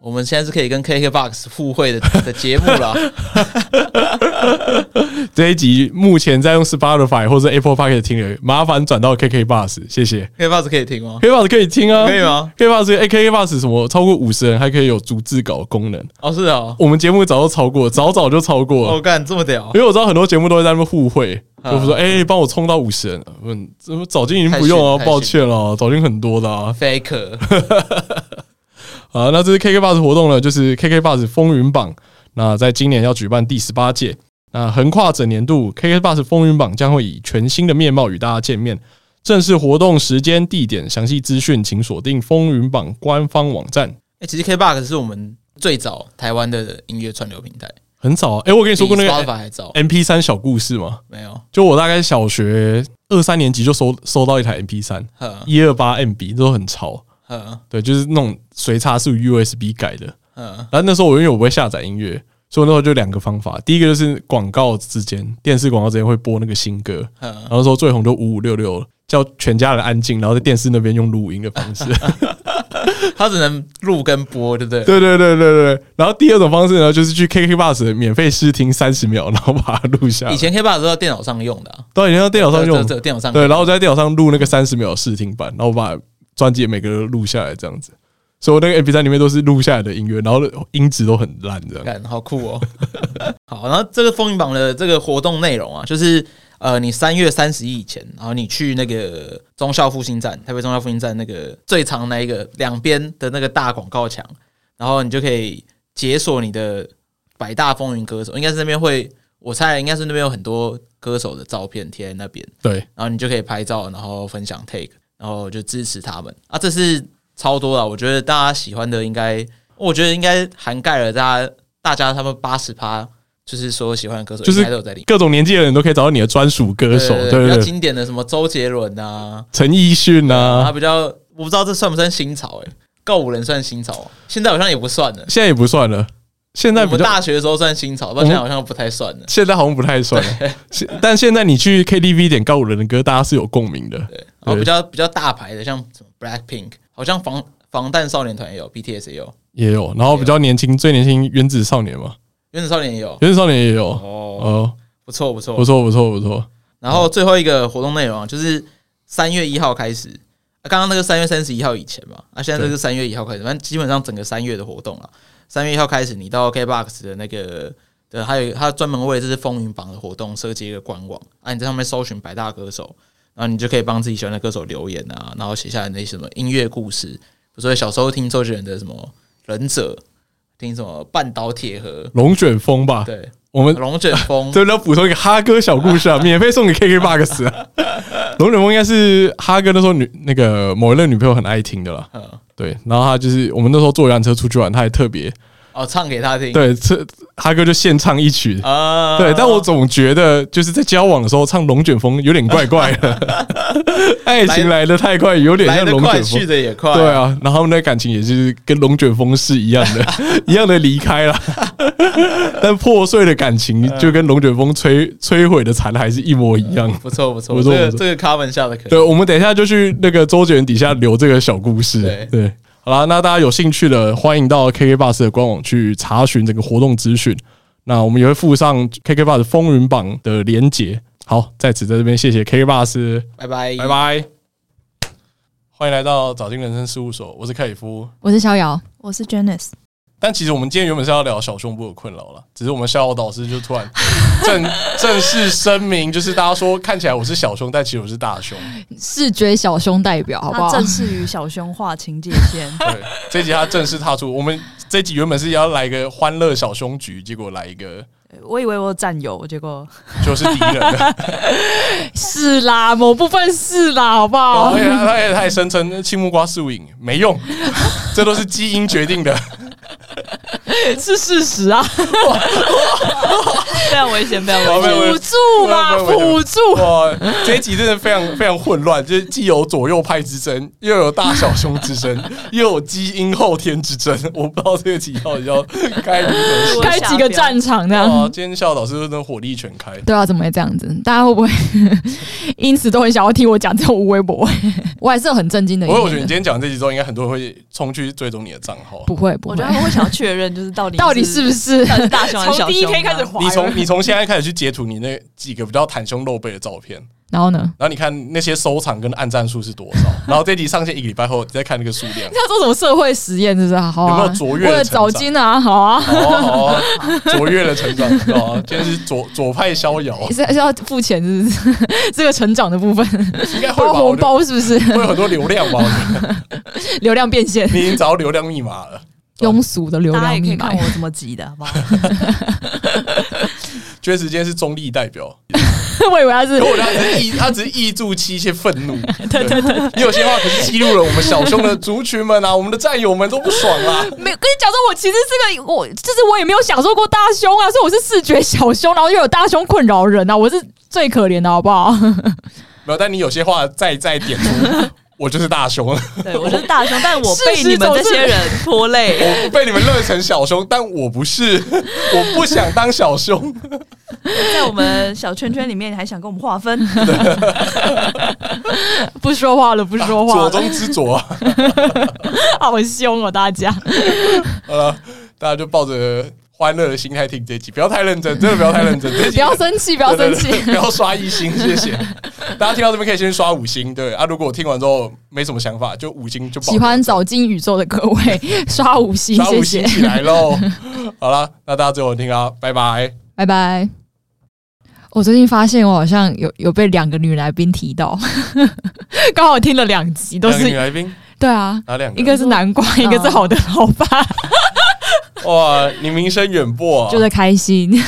我们现在是可以跟 KKBOX 互惠的 的节目 了。这一集目前在用 Spotify 或者 Apple Park 的听友，麻烦转到 KK Bus，谢谢。 KKBOX 可以听吗？ KK Bus 可以听啊，可以吗？KK Bus 哎，KK Bus 什么超过五十人还可以有逐字稿功能，哦，是哦，我们节目早就超过，早早就超过了。我干这么屌，因为我知道很多节目都会在那边互惠，哦啊就说哎，帮我冲到五十人了，嗯，这不早进已经不用啊，太逊太逊抱歉了，早进很多的啊。 faker 好，那这次 KK Bus 活动呢，就是 KK Bus 风云榜，那在今年要举办第十八届，那横跨整年度，KK Bus 风云榜将会以全新的面貌与大家见面。正式活动时间、地点、详细资讯，请锁定风云榜官方网站。哎、其实 KBox 是我们最早台湾的音乐串流平台，很早、啊，哎、我跟你说过那比个 Spotify 还早， M P 三小故事吗？没有，就我大概小学二三年级就收收到一台 M P 三，呵一二八 M B 都很潮，呵对，就是那种随插式 U S B 改的。呵，然后那时候我因为我不会下载音乐，所以那时候就两个方法，第一个就是广告之间，电视广告之间会播那个新歌，嗯然后那时候最红就五五六六，叫全家人安静，然后在电视那边用录音的方 式。它只能录跟播，对不对？对对对对对。然后第二种方式呢，就是去 KK Bus 免费试听三十秒，然后把它录下来以。前 KBox 都在电脑上用的、啊，到以前啊在电脑上用，这这电脑上对，然后我在电脑上录那个三十秒试听版，然后我把专辑的每个都录下来这样子。所以我那个 MP 3里面都是录下来的音乐，然后音质都很烂这样。干好酷哦！ 好，然后这个风云榜的这个活动内容啊，就是呃，你三月三十一以前，然后你去那个中校复兴站，台北中校复兴站那个最长那一个两边的那个大广告墙，然后你就可以解锁你的百大风云歌手，应该是那边会，我猜应该是那边有很多歌手的照片贴在那边，对，然后你就可以拍照，然后分享 take，然后就支持他们啊，这是超多了。我觉得大家喜欢的应该，我觉得应该涵盖了大家大家他们八十趴，就是所有喜欢的歌手就是应该都有在里面。各种年纪的人都可以找到你的专属歌手，对对对，比对较对，经典的什么周杰伦啊，陈奕迅他啊，比较我不知道这算不算新潮哎、告五人算新潮吗，现在好像也不算了。现在也不算了，现在我比们较嗯大学的时候算新潮，到们现在好像不太算了。现在好像不太算了，现但现在你去 KTV 点告五人的歌，大家是有共鸣的，对，然后比较比较大牌的，像什么 Black Pink，好像防防弹少年团也有，BTS 也有，也有。然后比较年轻，最年轻原子少年嘛，原子少年也有。原子少年也有，哦，哦，不错不错不错不错不错，然后最后一个活动内容啊，就是三月一号开始，啊刚刚那个三月三十一号以前嘛，啊，现在这对是三月一号开始，反正基本上整个三月的活动啊，三月一号开始，你到 KBox 的那个的，还有它专门为这次风云榜的活动设计一个官网啊，你在上面搜寻百大歌手，然后你就可以帮自己喜欢的歌手留言啊，然后写下那些什么音乐故事，比如说小时候听周杰伦的什么忍者，听什么半岛铁盒，龙卷风吧，对，我们龙卷风，这边要补充一个哈哥小故 事啊，免费送给 KK Box 啊。龙卷风应该是哈哥那时候女那个某一任女朋友很爱听的啦，嗯，对。然后他就是我们那时候坐游览车出去玩，他还特别哦，唱给他听，对，这哈哥就献唱一曲。啊，对，但我总觉得就是在交往的时候唱《龙卷风》有点怪怪 的，爱情来的太快，有点来像得龙快，卷去风。的也快、对，啊，然后他们的感情也是跟龙卷风是一样的，一样的离开了，但破碎的感情就跟龙卷风摧摧毁的残骸是一模一样。不错不错，不错这个不错这个 comment 下的可以。对，我们等一下就去那个周杰伦底下留这个小故事。对对，好啦，那大家有兴趣的，欢迎到 KK Bus 的官网去查询整个活动资讯。那我们也会附上 KK Bus 风云榜的连结。好，在此在这边谢谢 KK Bus，拜拜拜拜。欢迎来到早金人生事务所，我是凯里夫。我是逍遥，我是 Janice，但其实我们今天原本是要聊小胸部的困扰了，只是我们逍遥导师就突然 正正式声明，就是大家说看起来我是小胸，但其实我是大胸。视觉小胸代表，好不啊他好正？式与小胸划清界 限。对，这集他正式踏出。我们这集原本是要来一个欢乐小胸局，结果来一个我以为我有战友，结果就是敌人了。 是啦，某部分是啦，好不好而？且哦他他也他也声称青木瓜素饮没用， 这都是基因决定的。是事实啊。非常危险，非常危好险。没有没有辅助没嘛，有没有没有辅助。哇，这一集真的非常非常混乱，就是既有左右派之争，又有大小胸之争，又有基因后天之争。我不知道这个集到底要该如何是开几个战场这好啊！样。今天校导师真的火力全开，对啊，怎么会这样子？大家会不 会因此都很想要听我讲这种无微博？ 我还是有很震惊的不一过面我觉的。得你今天讲这集之后，应该很多人会冲去追踪你的账号。不会不我会觉，得他们会想要确认，就是到底到底是不是到底是大熊还是小熊？滑你从你从现在开始去截图你那几个比较袒胸露背的照片，然后呢？然后你看那些收藏跟按赞数是多少，然后这集上线一个礼拜后，你再看那个数 量。要做什么社会实验？是不是？好啊，有没有卓越的为了成长找金啊，好啊，好啊好啊，卓越的成长，知道啊，今天是左左派逍遥，是是要付钱，是不是？ 这个成长的部分，应该会包吧？我红觉得包是不是？会有很多流量吧？我觉得流量变现，你已经找到流量密码了，庸俗的流大家量也可以密看码。我怎么急的，好 不好？觉得时间是中立代表， 我以为 他是可我觉得他只是抑，他只是抑制期一些愤 怒。对对对，你有些话可是激怒了我们小兄的族群们啊，我们的战友们都不爽 啊。没有跟你讲说，我其实这个我就是我也没有享受过大胸啊，所以我是视觉小胸，然后又有大胸困扰人啊，我是最可怜的好不好？没有，但你有些话再再点 出，我就是大兄，我对，我就是大熊，但我事被实你们总这是些人拖累。被你们乐成小兄，但我不是， 我不想当小兄。在我们小圈圈里面，你还想跟我们划 分？ 不说话了，不说 话左了，中之左啊。好凶哦，大家。好了，大家就抱着欢乐的心态听这一集，不要太认真，真的不要太认真，这一集 不要生气，不不要生气。 不要刷一星，谢谢。大家听到这边可以先刷五星，对啊。如果我听完之后没什么想法，就五星就保留喜欢早金宇宙的各位， 刷五星，刷谢五星谢，起来喽。 好了，那大家最后听啊，拜拜。拜拜。我最近发现，我好像有有被两个女来宾提 到，刚好听了两集，都两个女是来宾对啊，哪两个？一个是南瓜，一个是好的老爸。哇，你名声远播啊就！在开心。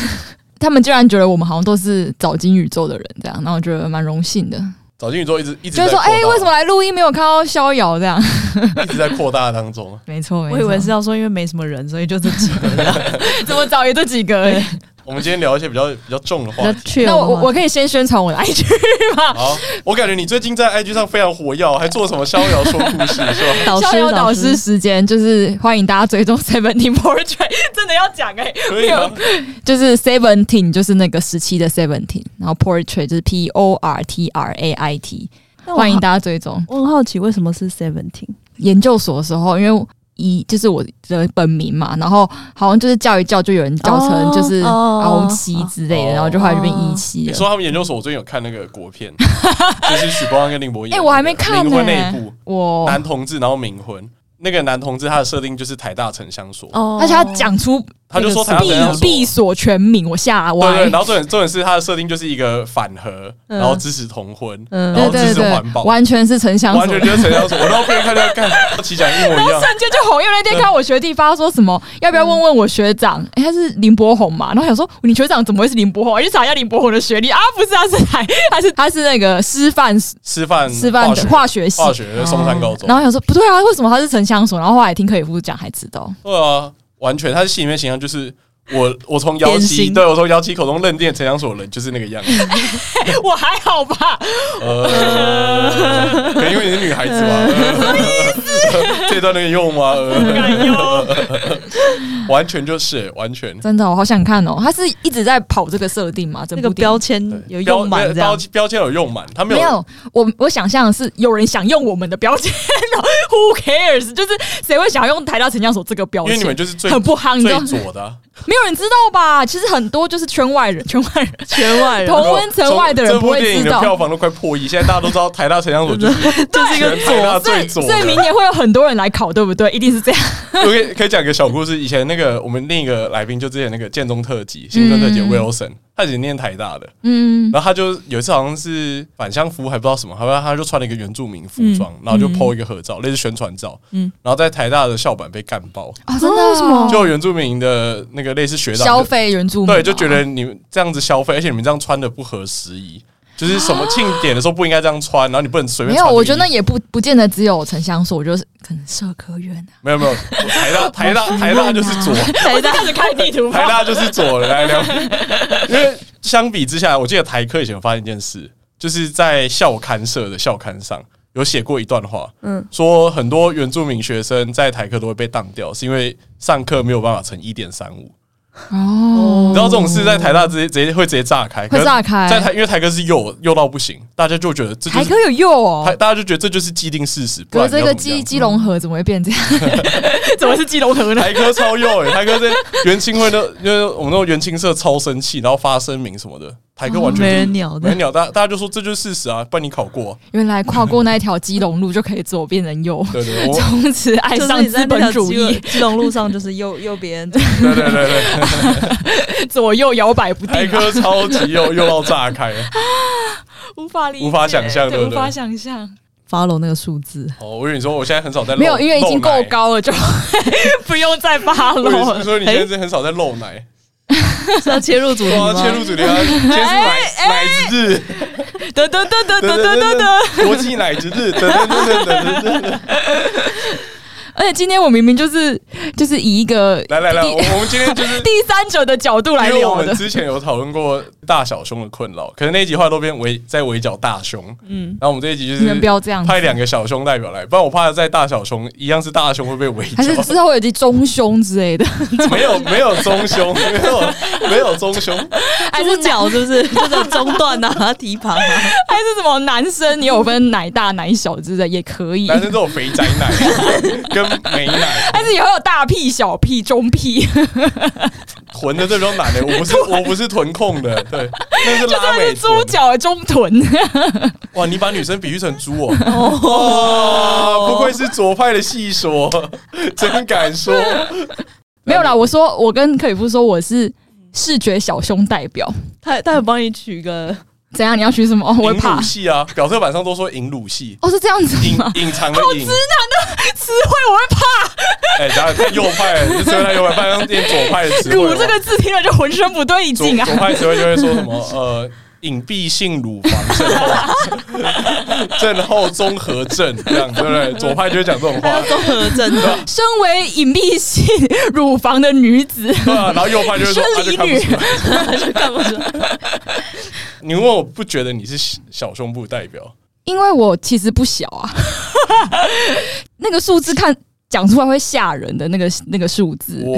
他们居然觉得我们好像都是早进宇宙的人，这样，那我觉得蛮荣幸的。早进宇宙一直一直就在是说，扩大哎、为什么来录音没有看到逍遥 这样？ 一直在扩大当中？没错，没我错以为是要说，因为没什么人，所以就这几 个。怎么找也这几个而已。我们今天聊一些比较比较重的话题。去 那我我我可以先宣传我的 IG 吗？好，我感觉你最近在 IG 上非常火药，还做什么逍遥说故事是 吧？导逍遥师导师，时间就是欢迎大家追踪 Seventeen Portrait，真的要讲哎、可以啊吗？就是 Seventeen 就是那个十七的 Seventeen，然后 Portrait 就是 P O R T R A I T，欢迎大。大家追踪。我很好奇，为什么是 Seventeen？研究所的时候，因为一就是我的本名嘛，然后好像就是叫一叫就有人叫成哦就是哦敖七之类的，哦然后就后来就变一七你了。说他们研究所，我最近有看那个国 片，就是许光汉跟林博演的。哎、我还没看冥呢、婚那一部，我男同志然后冥婚，那个男同志他的设定就是台大城乡所，哦而且他讲出他就说台大城乡闭闭所。锁全名，我吓对对，歪。然后重点重点是他的设定就是一个反核，嗯然后支持同婚，嗯然后支对持对环保，对，完全是城乡所完。全就是城乡所。我到边看到看，其讲一模一样。瞬间就红，因为那天看我学弟发说什么，要不要问问我学长？哎、他是林柏宏嘛？然后想说你学长怎么会是林柏宏？我去查一下林柏宏的学历啊，不是，他是台，他是他是那个师范师范师范嗯化的学化学系哦化学的松山高中然，后想说不对啊，为什么他是城乡所？然后后来听克里夫讲才知 道，对啊，完全他的戏里面形象就是。我我从姚典琦型对我从姚琦口中认定的城乡所人就是那个样 子，我还好吧，呃，可能因为你是女孩子吧？呃 这段能用吗？呃敢用， 完全就是完全真的、我好想看哦。他是一直在跑这个设定嘛？整那部个电影标签有对标呃用满这样标。标签有用满，他没没有有，我我想象的是有人想用我们的标签哦，Who cares？就是谁会想用台大城乡所这个标因签？为你们就是最很不夯，你知道最，左 的啊，没有人知道吧？其实很多就是圈外人，圈外人，圈外人同温层外的人哦从不这会部电影知的道票房都快破亿，现在大家都知道台大城乡所就是就是一个全台大所啊最以左所以明的。年会有很多人来考，对不对？一定是这样。我可 以可以讲个小故事，以前那个我们另一个来宾就之前那个建中特辑新春特辑的嗯 Wilson，他以前念台大的，嗯，然后他就有一次好像是返乡服务还不知道什么，后来他就穿了一个原住民服装，嗯然后就 PO 一个合照，类似宣传照，嗯然后在台大的校版被干爆，啊，真的、为什么哦就有原住民的那个类似学长就消费原住民嘛啊对，就觉得你们这样子消费，而且你们这样穿的不合时宜。就是什么庆典的时候不应该这样穿，然后你不能随没便穿这个衣有，服。我觉得那也不不见得只有城乡所，我觉得是可能社科院啊。没有没有，台大台大台大就是左，我就开始看地图台大就是左了来 聊。因为相比之下，我记得台科以前有发现一件事，就是在校刊社的校刊上有写过一段话，嗯嗯，说很多原住民学生在台科都会被当掉，是因为上课没有办法乘一点三五。哦你知道这种事在台大直接直接会直接炸开，会炸开可是在台因为台科是右右到不行，大家就觉得这就还是可以有用台哦。大家就觉得这就是既定事实，不可然是这你个要怎么基样基隆河怎么会变这样？ 怎么是基隆河呢？台哥超右、欸，台哥在元青会的，因为我们那种元青社超生气，然后发声明什么的，台哥完全、哦没人鸟没的人，鸟，大大家就说这就是事实啊，不然你考过、啊， 原来跨过那一条基隆路就可以左变成右，对 对我从此爱就是上你在那资本条主基隆义，基隆路上就是右右 边，对对对对，左右摇摆不台定啊，哥超级右，右到炸开，无法理解，无法想象对哎对，不无对法想象。 follow 那个数字，哦，我跟你说，我现在很少在露没有，因为已经露够奶高了，就 不用再 发我了跟。你说，你现在很少在露奶，是要切入主哎题哇，吗？切入主题啊，今天是奶奶之日，得得得得 对得对得对得得。对，国际奶之日，对对对对对对，而且今天我明明就是就是以一个来来来，我 第我们今天就是第三者的角度来因为我聊们的，之前有讨论过大小胸的困扰，可是那一集后来都变围在围剿大胸，嗯，然后我们这一集就你们不是要这样子。派两个小胸代表来，不然我怕在大小胸一样是大胸会被围还是剿。之后有一集中胸之类的， 没有没有中胸，没有没有中胸， 还猪是脚是不是？就是中段啊，蹄膀啊， 还是什么男生你有分奶大奶小之类的也可 以，男生都有肥宅 奶跟美奶，还是以后有大屁小屁 中屁，臀的这比较难的、我不是我不是臀控的，对，那是拉那美是猪臀。脚的中 臀，哇，你把女生比喻成 猪哦，哇，不愧是左派的细 说，真敢说。没有啦。我说我跟克里夫说我是视觉小胸代表，他他有帮你取个怎样？你要取什么？哦、我会引怕乳。系啊，表特版上都说引乳系，哦，是这样子 隐吗？隐藏的隐，词汇我会怕，哎，当然太右派了，你只会太右派，反正变左派的词汇乳 嘛。这个字听了就浑身不对左 劲啊！左派词汇就会说什么呃。隐蔽性乳房症候症候综合症这样对不对？左派就会讲这种话， 综合症， 身为隐蔽性乳房的女子，对啊，然后右派就会说他生就理看不女出来。看不出来。你问我不觉得你是小小胸部代 表？因为我其实不小啊， 那个数字看讲出来会吓人的那个那个数字，我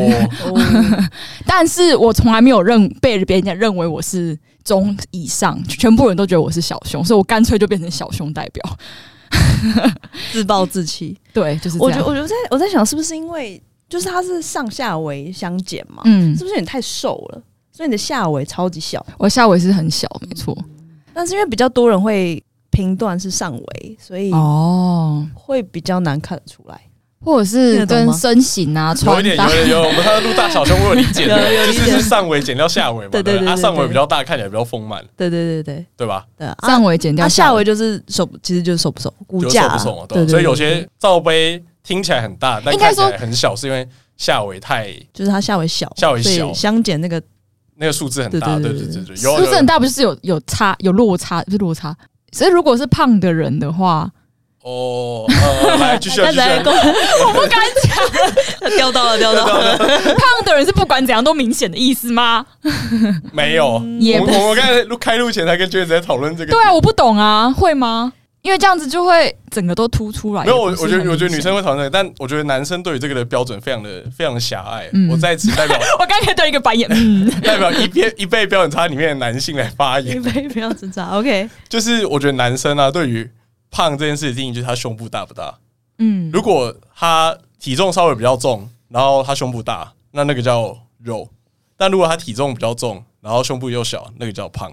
但是我从来没有认被别人家认为我是中以上，全部人都觉得我是小胸，所以我干脆就变成小胸代表。 自暴自弃。对，就是这我觉样。我就在我在想，是不是因为就是它是上下围相减嘛？嗯是，不是你太瘦了，所以你的下围超级小？我下围是很小，没错。但是因为比较多人会评断是上围，所以哦，会比较难看得出来。或者是听得懂跟吗身形啊、有一穿点搭有一，点有，我们他录大小胸，我有理解有有的，就理解是是上围减掉下围嘛，对对对不对对，对啊上围对比较大，看起来比较丰满，对对对对对吧？对啊！上围减掉啊，下围围。就是瘦不，其实就是瘦不瘦，骨有架手啊不手嘛，对对吧对，所以有对对些罩杯听起来很大，但应看该起说来很小，是因为下围太就是它下围小，下围小所以相减那 个那个数字很大，对对对对对对对，有数字有很大，不是有有差有落差，不是落差。所以如果是胖的人 的话，哦，呃来继续啊大继续家啊，我不敢讲，掉到了，掉到了，胖的人是不管怎样都明显的意思吗？没有，我也们不我们刚才录开录前才跟娟子在讨论这个，对啊，我不懂啊，会吗？因为这样子就会整个都凸出来。没有，我也不我是觉很得我觉得明女显生，会讨论这个，但我觉得男生对于这个的标准非常的非常的狭隘嗯，我在此代表 我刚才对一个白眼，嗯， 代表一边一倍标准差里面的男性来发 你言，不不要挣扎，OK？就是我觉得男生啊，对于胖这件事的定义就是他胸部大不大，嗯，如果他体重稍微比较重，然后他胸部大，那那个叫肉；但如果他体重比较重，然后胸部又小，那个叫 胖。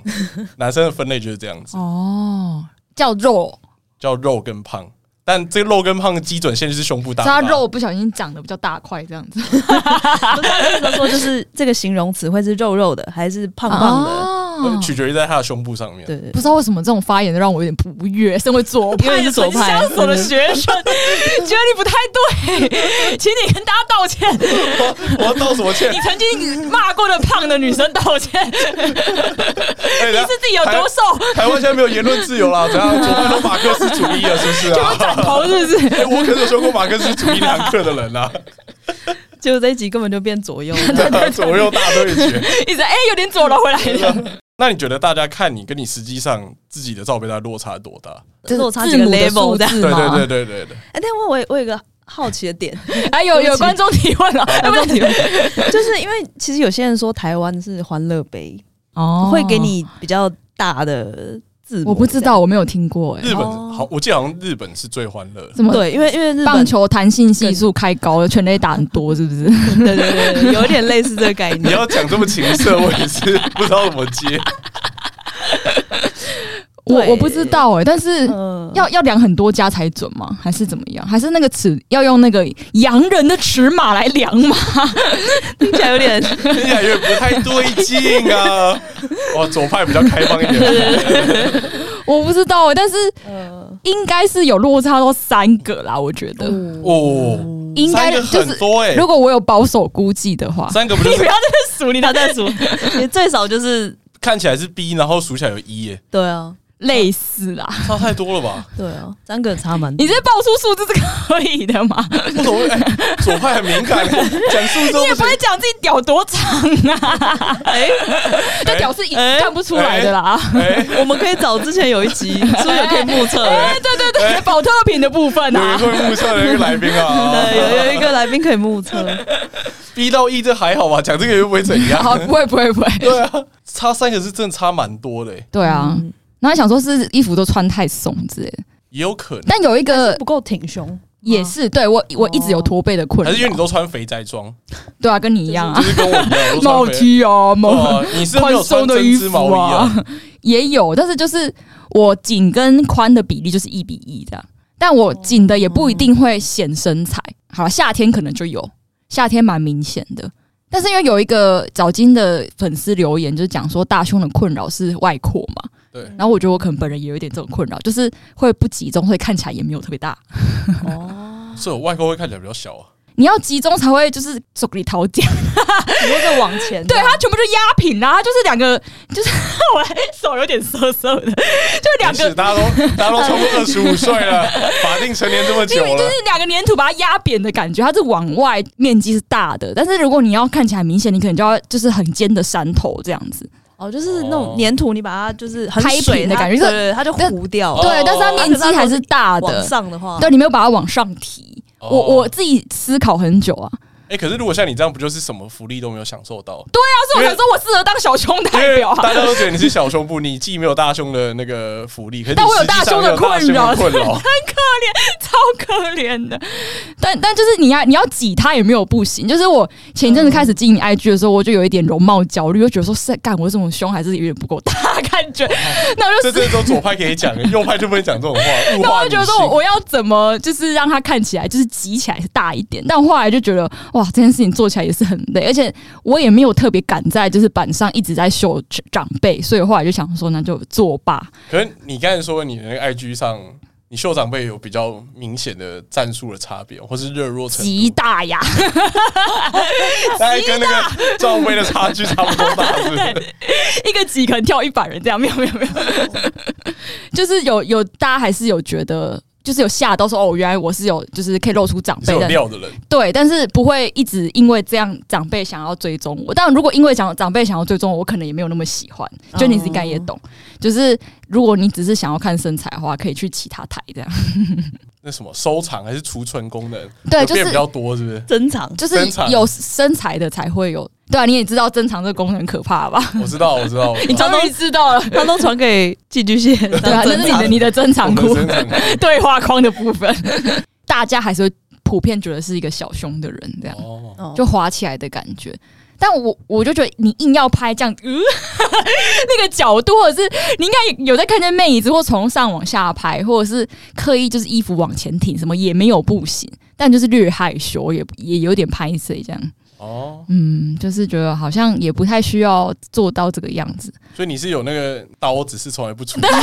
男生的分类就是这样子，哦，叫肉，叫肉跟胖。但这个肉跟胖的基准线就是胸部大不大他肉不小心长得比较大块这样子，不是他那个说就是这个形容词会是肉肉的，还是胖胖的，呃嗯取决于在他的胸部上面。对对啊不知道为什么这种发言让我有点不悦。身为左因派为你的是左左派相所的学生，觉得你不太对，请你跟大家道歉。我要道什么歉 你？曾经骂过的胖的女生道歉，哎你等下是自己有多瘦，台湾现在没有言论自由啦，怎样？左派都马克思主义了，是不是给 我啊？转头是不是？哎我可是有修过马克思主义那堂课的人啊啦，结果这一集根本就变左 右 了。左右大对决。一直哎、有点左了回来的，那你觉得大家看你跟你实际上自己的照片，它落差多大？这是我差字几个母的 level 这样数字对嘛对对对对对，哎，但我我我有一个好奇 的点，哎，有有观众提 问了，哎要不要提问就是因为其实有些人说台湾是欢乐杯，哦会给。你比较大的字母。我不知道，我没有听过哎、日本哦好，我记得好像日本是最欢乐的。怎么这样。对，因为因为日棒本，球弹性系数开高了，全垒打很多，是不是？ 对对对对，有一点类似这个概你念。要讲这么情色，我也是不知道怎么接。我对我不知道哎、但是 嗯要要量很多家才准吗？还是怎么样？还是那个尺要用那个洋人的尺码来量吗？听起来有点听起来有点不太对劲啊！哦，左派比较开放一点， 我不知道欸，但是呃，应该是有落差到三个啦，我觉得、哦，应三该个就很是，多哎、如果我有保守估计 的话，三个不就你不是要在这数，你拿在数，你最少就是看起来是 B，然后数起来有一 E 耶、对啊， 类似啦。差太多了吧？对啊，三个差蛮多。你这报出数字这个可以的吗？无所谓，哎左派很敏感，讲数字都你也不行不会。讲自己屌多长啊？ 这屌是一哎看不出来的啦。哎，我们可以找之前有一集， 是不是有可以目测的？哎，对对对，保特瓶的部分有人啊，会目测的一个来宾啊对，有有一个来宾可以目测， ，B 到 E 这还好吧？讲这个又不会怎 好，样。不会不会不会。啊对啊，差三个是真的差蛮多的、哎对啊，嗯然后想说是衣服都穿太松之类的，也有可能，但有一个不够挺胸，也是对我我一直有驼背的困还扰是因为，你都穿肥宅装， 对啊，跟你一样就啊，是跟我一样， 我都毛穿肥。 T 啊，毛哦，你是没有穿针织毛衣宽松啊？也有，但是就是我紧跟宽的比例就是一比一这样，但我紧的也不一定会显身材。好了，夏天可能就有，夏天蛮明显的。但是因为有一个早金的粉丝留言，就是讲说大胸的困扰是外扩嘛，对，然后我觉得我可能本人也有一点这种困扰，就是会不集中，所以看起来也没有特别大。啊哦，所以我外国会看起来比较小啊。你要集中才会就是手里头夹，你说这往前，对，它全部就压平啦，它就是两个，就是 我手有点涩涩的， 就两没个事，大家都 大家都超过二十五岁了，法定成年这么久明明就了是，两个粘土把它压扁的感觉，它是往外面积是大的，但是如果你要看起来明显，你可能就要就是很尖的山头这样子。哦，就是那种粘土，你把它就是很拍平水的感觉它就是对对，对它就糊掉哦对，了。但是它面积还是大往的，上的话，对，你没有把它往上提。哦我我自己思考很久啊，哎、可是如果像你这样，不就是什么福利都没有享受到？但是我想说，我适合当小胸因代为表啊。大家都觉得你是小胸部，你既没有大胸的那个福利，可是但你我有实际大上胸又的有大胸的困困 扰。超可怜的。但但就是你要你要挤它也没有不行。就是我前一阵子开始经营 IG 的时候，我就有一点容貌焦虑，就觉得说是干我这种胸还是有点不够大感觉。那我就这这都左派可以讲，右派就不能讲这 种话，物那化我女就性觉得。说我我要怎么就是让它看起来就是挤起来是大一点，但我后来就觉得哇，这件事情做起来也是很累，而且我也没有特别敢在就是板上一直在秀长辈，所以后来就想说那就作罢。可是你刚才说你的那个 IG 上，你秀长辈有比较明显的战术的差别，或是热弱程度，极大呀，大概跟那个罩杯的差距差不多大，是不是？ 一个挤可能跳一百人这样，没有没有没有，就是有有大家还是有觉得。就是有吓到说哦，原来我是有，就是可以露出长你是辈有的料的人，对，但是不会一直因为这样长辈想要追踪我。但如果因为想长辈想要追踪我，我可能也没有那么喜欢。哦就你应该也懂，就是如果你只是想要看身材的话，可以去其他台 这样。那什么收藏还是储存功能，对，有就变比是较多，是不是？珍藏，就是身材有身材的才会有。对啊，你也知道珍藏这个功能可怕 吧？我知道，我知道， 你终于知 道 了，它都传给寄 居蟹当珍对啊，那藏，是你的你的珍我藏们库生产。 对话框的部分， 大家还是会普遍觉得是一个小胸的人这样。哦，哦就滑起来的感觉。但我我就觉得你硬要拍这样，呃， 那个角度，或者是你应该有在看见妹子，或从上往下拍，或者是刻意就是衣服往前挺，什么也没有不行，但就是略害羞，也也有点拍碎这样。哦，嗯，就是觉得好像也不太需要做到这个样子。 所以你是有那个刀，只是从来不出。就是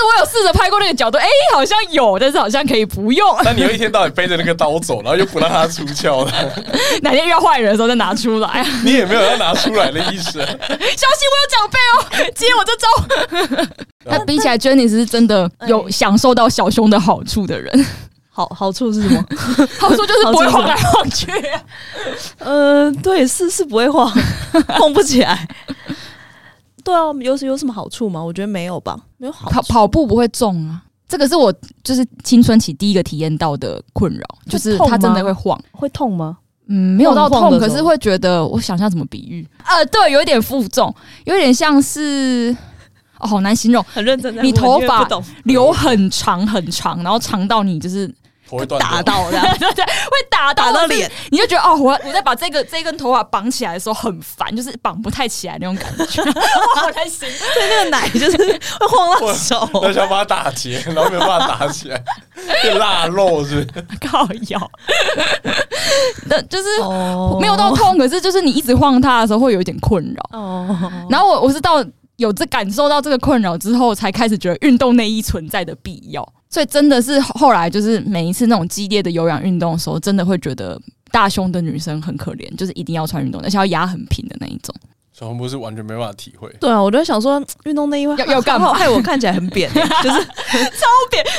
我有试着拍过那个角度，哎、好像有，但是好像可以不用。 但你又一天到晚背着那个刀走，然后又不让它出鞘 的，哪天遇到坏人的时候再拿出来。你也没有要拿出来的意思。小心我有长辈哦， 接我这招。那比起来，Jenny 是真的有享受到小胸的好处的人，好好处是什么？ 好处就是不会晃来晃去。 呃，对，是是不会 晃，晃不起来。对啊，有有什么好处吗？我觉得没有吧，没有好处跑跑步不会重啊，这个是我就是青春期第一个体验到的困扰，就是它真的会晃。会痛吗？嗯，没有到晃痛，的可时候是会觉得我想象怎么比喻？呃，对，有一点负重，有一点像是哦，好难形容，很认真在你问头因为发不懂留很长很长，然后长到你就是头会断掉打到的， 会打到打或到是脸你就觉得哦，我我在把这个这根头发绑起来的时候很烦，就是绑不太起来那种感 觉，我好难形容。对那个奶就是会晃到手。 我想把它打结，然后没有办法打 起来，变腊肉是不是？靠腰， 那就是哦没有到痛，可是就是你一直晃它的时候会有一点困扰。哦，然后我我是到有这感受到这个困扰之后，才开始觉得运动内衣存在的必要。所以真的是后来就是每一次那种激烈的有氧运动的时候，真的会觉得大胸的女生很可怜，就是一定要穿运动，而且要压很平的那一 种。小红不是完全没办法体会。 对啊，我就在想说，运动内衣会要要干嘛好害我看起来很扁，欸就是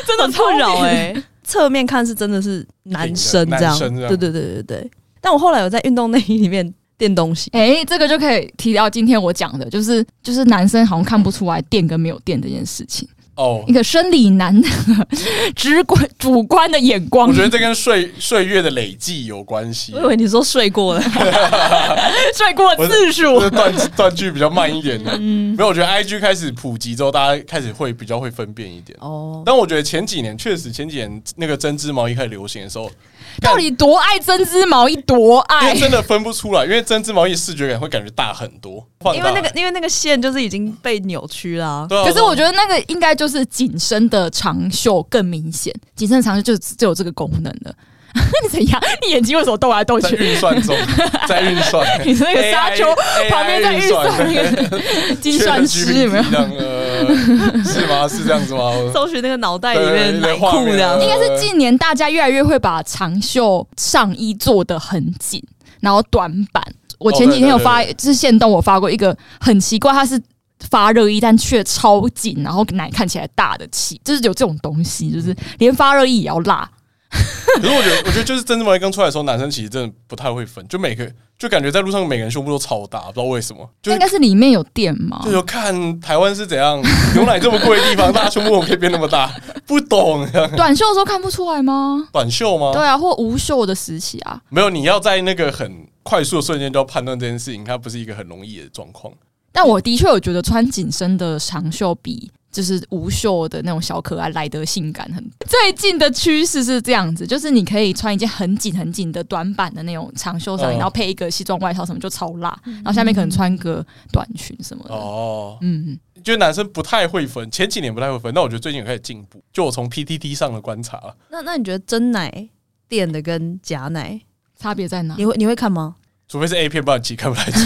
真很困扰欸哎。 侧面看是真的是男生这样，男生这样对对对对对。但我后来有在运动内衣里面垫东西，哎、这个就可以提到今天我讲的，就是就是男生好像看不出来电跟没有电这件事情，哦一，个生理男的 直观主观的眼光我。觉得这跟岁岁月的累计有关系我以。为你说睡过了，睡过次数这，断断句比较慢一点的，嗯没有，我觉得 I G 开始普及之后，大家开始会比较会分辨一点。 哦， 但我觉得前几年确实，前几年那个针织毛衣开始流行的时候，到底多爱针织毛衣，多因爱为？真的分不出来，因为针织毛衣视觉感会感觉大很多，放因大为那个因为那个线就是已经被扭曲啦、对啊，可是我觉得得那个应该就是紧身的长袖更明显，紧身的长袖就只有这个功能了。 你怎样？你眼睛为什么斗来斗啊在去？运算 中，在运算，你是那个沙丘 AI 旁边在运算那个精算师有没有？有？是吗？是这样子吗？ 搜寻那个脑袋里面的对内裤这样对对对画面啊应该是近年大家越来越会把长袖上衣做的很紧，然后短版。我前几天有发，哦对就是线动我发过一个很奇怪，它是发热衣，但却超紧，然后奶看起来大的起，就是有这种东西，嗯就是连发热衣也要辣。可是我觉得，我觉得就是针织毛衣刚出来的时候，男生其实真的不太会分，就每个就感觉在路上每个人胸部都超大，不知道为什么，就那是应该是里面有电吗就？有看台湾是怎样，牛奶这么贵的地方，大家胸部怎么可以变那么大？不懂，短袖的时候看不出 来吗？短袖吗？对啊，或无袖的时期啊，没有，你要在那个很快速的瞬间就要判断这件事情，它不是一个很容易的状况。但我的确有觉得穿紧身的长袖比就是无袖的那种小可爱来得性感很多。最近的趋势是这样子，就是你可以穿一件很紧很紧的短版的那种长袖上衣，嗯然后配一个西装外套什么就超辣，嗯然后下面可能穿个短裙什么的。哦，嗯，就男生不太会分，前几年不太会分，但我觉得最近有开始进步。就我从 PTT 上的观察，那那你觉得真奶垫的跟假奶，差别在哪？你会你会看吗？除非是 A 片，不然其实看不太出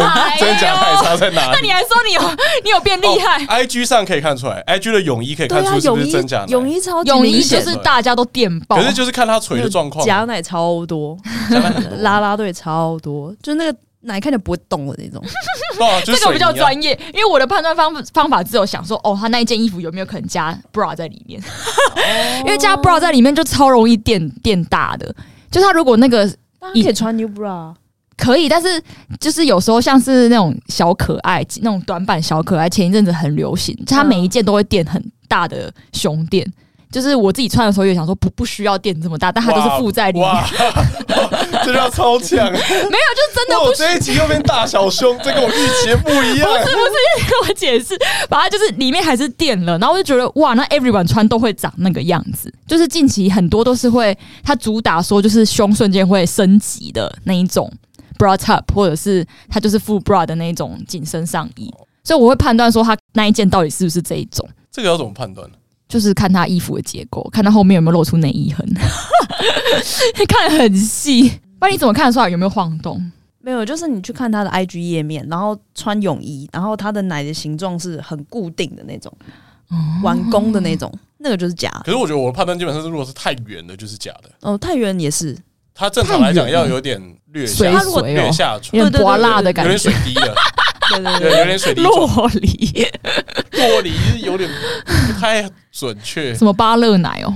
来哎真假奶差在哪那里。你还说你有哎 你有变哦厉害？ i g 上可以看出来，IG 的泳衣可以对看啊，出是不泳是衣真假奶，泳衣超级泳明衣就显是大家都电爆，可是就是看他垂的状况。啊假奶超多，假奶很多拉拉队超多，就是那个奶看起来不会动的那 种。 对啊，就这是个我比较水泥啊专业，因为我的判断方方法只有想说，哦，他那一件衣服有没有可能加 bra 在里面？因为加 bra 在里面就超容易垫垫大的，就是他如果那个当然可以穿 new bra，可以，但是就是有时候像是那种小可爱，那种短版小可爱，前一阵子很流行，就它每一件都会垫很大的胸垫。就是我自己穿的时候也想说不不需要垫这么大，但它 就是附在里面，哇， 这叫超 强！没有就是真的哇，不我需这一集又变大小胸，这跟我预期的不一样。 我解释，把它就是里面还是垫了，然后我就觉得哇，那 everyone 穿都会长那个样子，就是近期很多都是会，它主打说就是胸瞬间会升级的那一种 bra top，或者是它就是 full bra 的那一种紧身上衣，所以我会判断说它那一件到底是不是这一种，这个要怎么判断？就是看 它衣服的结构，看它后面有没有露出内衣痕，看得很细。不然你怎么看得出来有没有晃动？没有，就是你去看他的 IG 页面，然后穿泳衣，然后他的奶的形状是很固定的那种，完工的 那种，那个就是假的。可是我觉得我的判断基本上是，如果是太远的，就是假的。哦，太原也是，它正常来讲太远了要有点略水下它如果水略哦，下垂，有点对对对拔辣的有感点觉水，滴的，对对对，有点 水滴状。洛梨洛梨是有点不太准确，什么芭乐奶哦，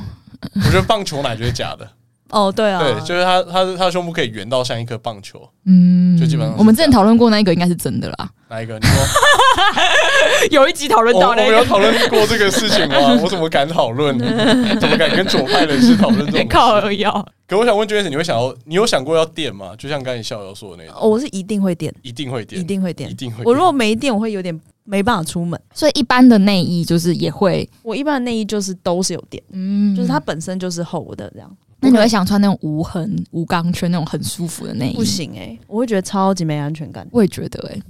我觉得棒球奶就是假的， 哦，对 啊，对，就是它它它的胸部可以圆到像一颗棒球，嗯，就基本上是我们之前讨论过那一个应该是真的啦，哪一个？你 说 有一集讨论我我们有讨论过这个事情 吗？我怎么敢讨论？怎么敢跟左派人士讨论 这种事？腰，可我想问 Jason，你会想要，你有想过要电吗？就像刚才逍遥说的那种，哦我是一定会点，一定会电，一定会一点。定会电。我如果没电，我会有点没办法出门。所以一般的内衣就是也会，我一般的内衣就是都是有点，嗯，就是它本身就是厚的这样，那你会想穿那种无痕、无钢圈那种很舒服的内衣？不，行哎、我会觉得超级没安全感。我也觉得哎、欸，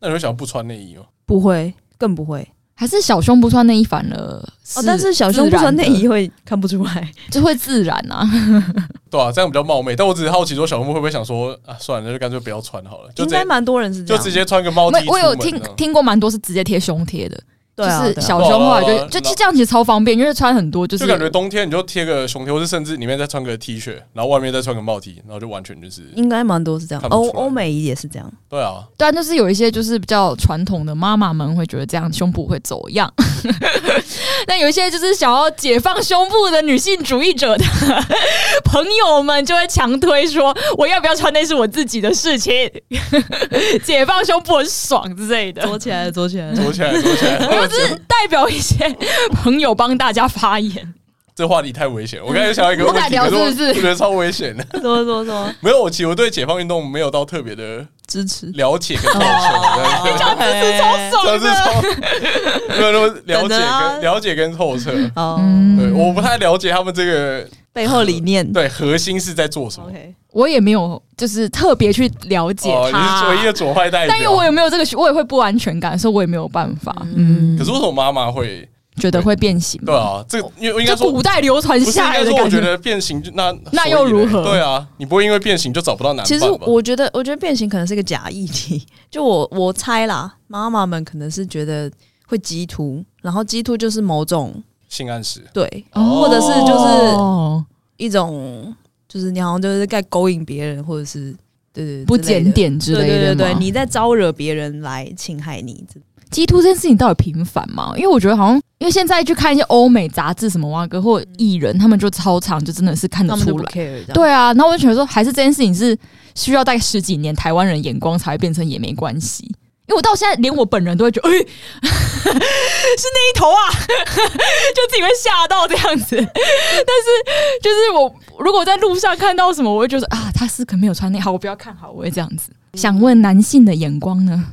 那你会想要不穿内衣吗？嗯不会，更不会还是小胸不穿内衣反而哦。但是小胸不穿内自然衣会看不出来，的就会自然啊，对啊，这样比较冒昧。但我只是好奇，说小红会不会想说啊，算了，那就干脆不要穿好了，就应直该接蛮多人是这就样。直接穿个猫 T 我我出门有啊听这样听过蛮多是直接贴胸贴的，对啊，就是对啊小胸后来对啊对就就啊就这样其实超方便，因为穿很多就是就感觉冬天你就贴个胸贴，或是甚至里面再穿个 T 恤，然后外面再穿个帽 T，然后就完全就是应该蛮多是这样看，不欧出来欧美也是这 样。对啊，对啊，就是有一些就是比较传统的妈妈们会觉得这样胸部会走样， 那有一些就是想要解放胸部的女性主义者的 朋友们就会强推说，我要不要穿那是我自己的事情， 解放胸部很爽之类的。左起来了，左起来 了。走起来走 起来。我只是代表一些朋友帮大家发言，这话题太危险，我刚才想到一个 不问敢题，聊可我是不是我觉得超危险的。 什么什么什么没有，我其实我对解放运动没有到特别的支持？了解跟陌生， 对 这是超这爽是的。超没有那么了等解着啊跟了解跟透彻。 嗯哦，对，我不太了解他们这个背后理念。对核心是在做什么。 ，OK，我也没有就是特别去了解哦，你他，是唯一的左派代表。但因为我也没有这个需，我也会不安全感，所以我也没有办法，嗯，可是为什么妈妈会？觉得会变形，对啊，这个因为应该就说古代流传不是应下来该的说，我感觉得变形就那那所以又如嘞何对啊，你不会因为变形就找不到男其伴实吧？我觉得，我觉得变形可能是个假议题。 就我我猜啦，妈妈们可能是觉得会激突，然后激突就是某种性暗示，对，哦或者是就是哦一种，就是你好像就是在勾引别人，或者是对对对不之类的检点之类对的对对对，吗你在招惹别人来侵害你。基督这件事情到底频繁吗？因为我觉得好像，因为现在去看一些欧美杂志，什么哇哥或艺人，他们就超常，就真的是看得他们就出不来。 care 这样。对啊，那我就觉得说，还是这件事情是需要大概十几年台湾人眼光才会变成也没关系。因为我到现在连我本人都会觉得，哎、 是那一头啊， 就自己会吓到这样子。但是就是我如果在路上看到什么，我会觉得啊，他是可能没有穿内，好，我不要看好，我会这样子。想问男性的眼光呢？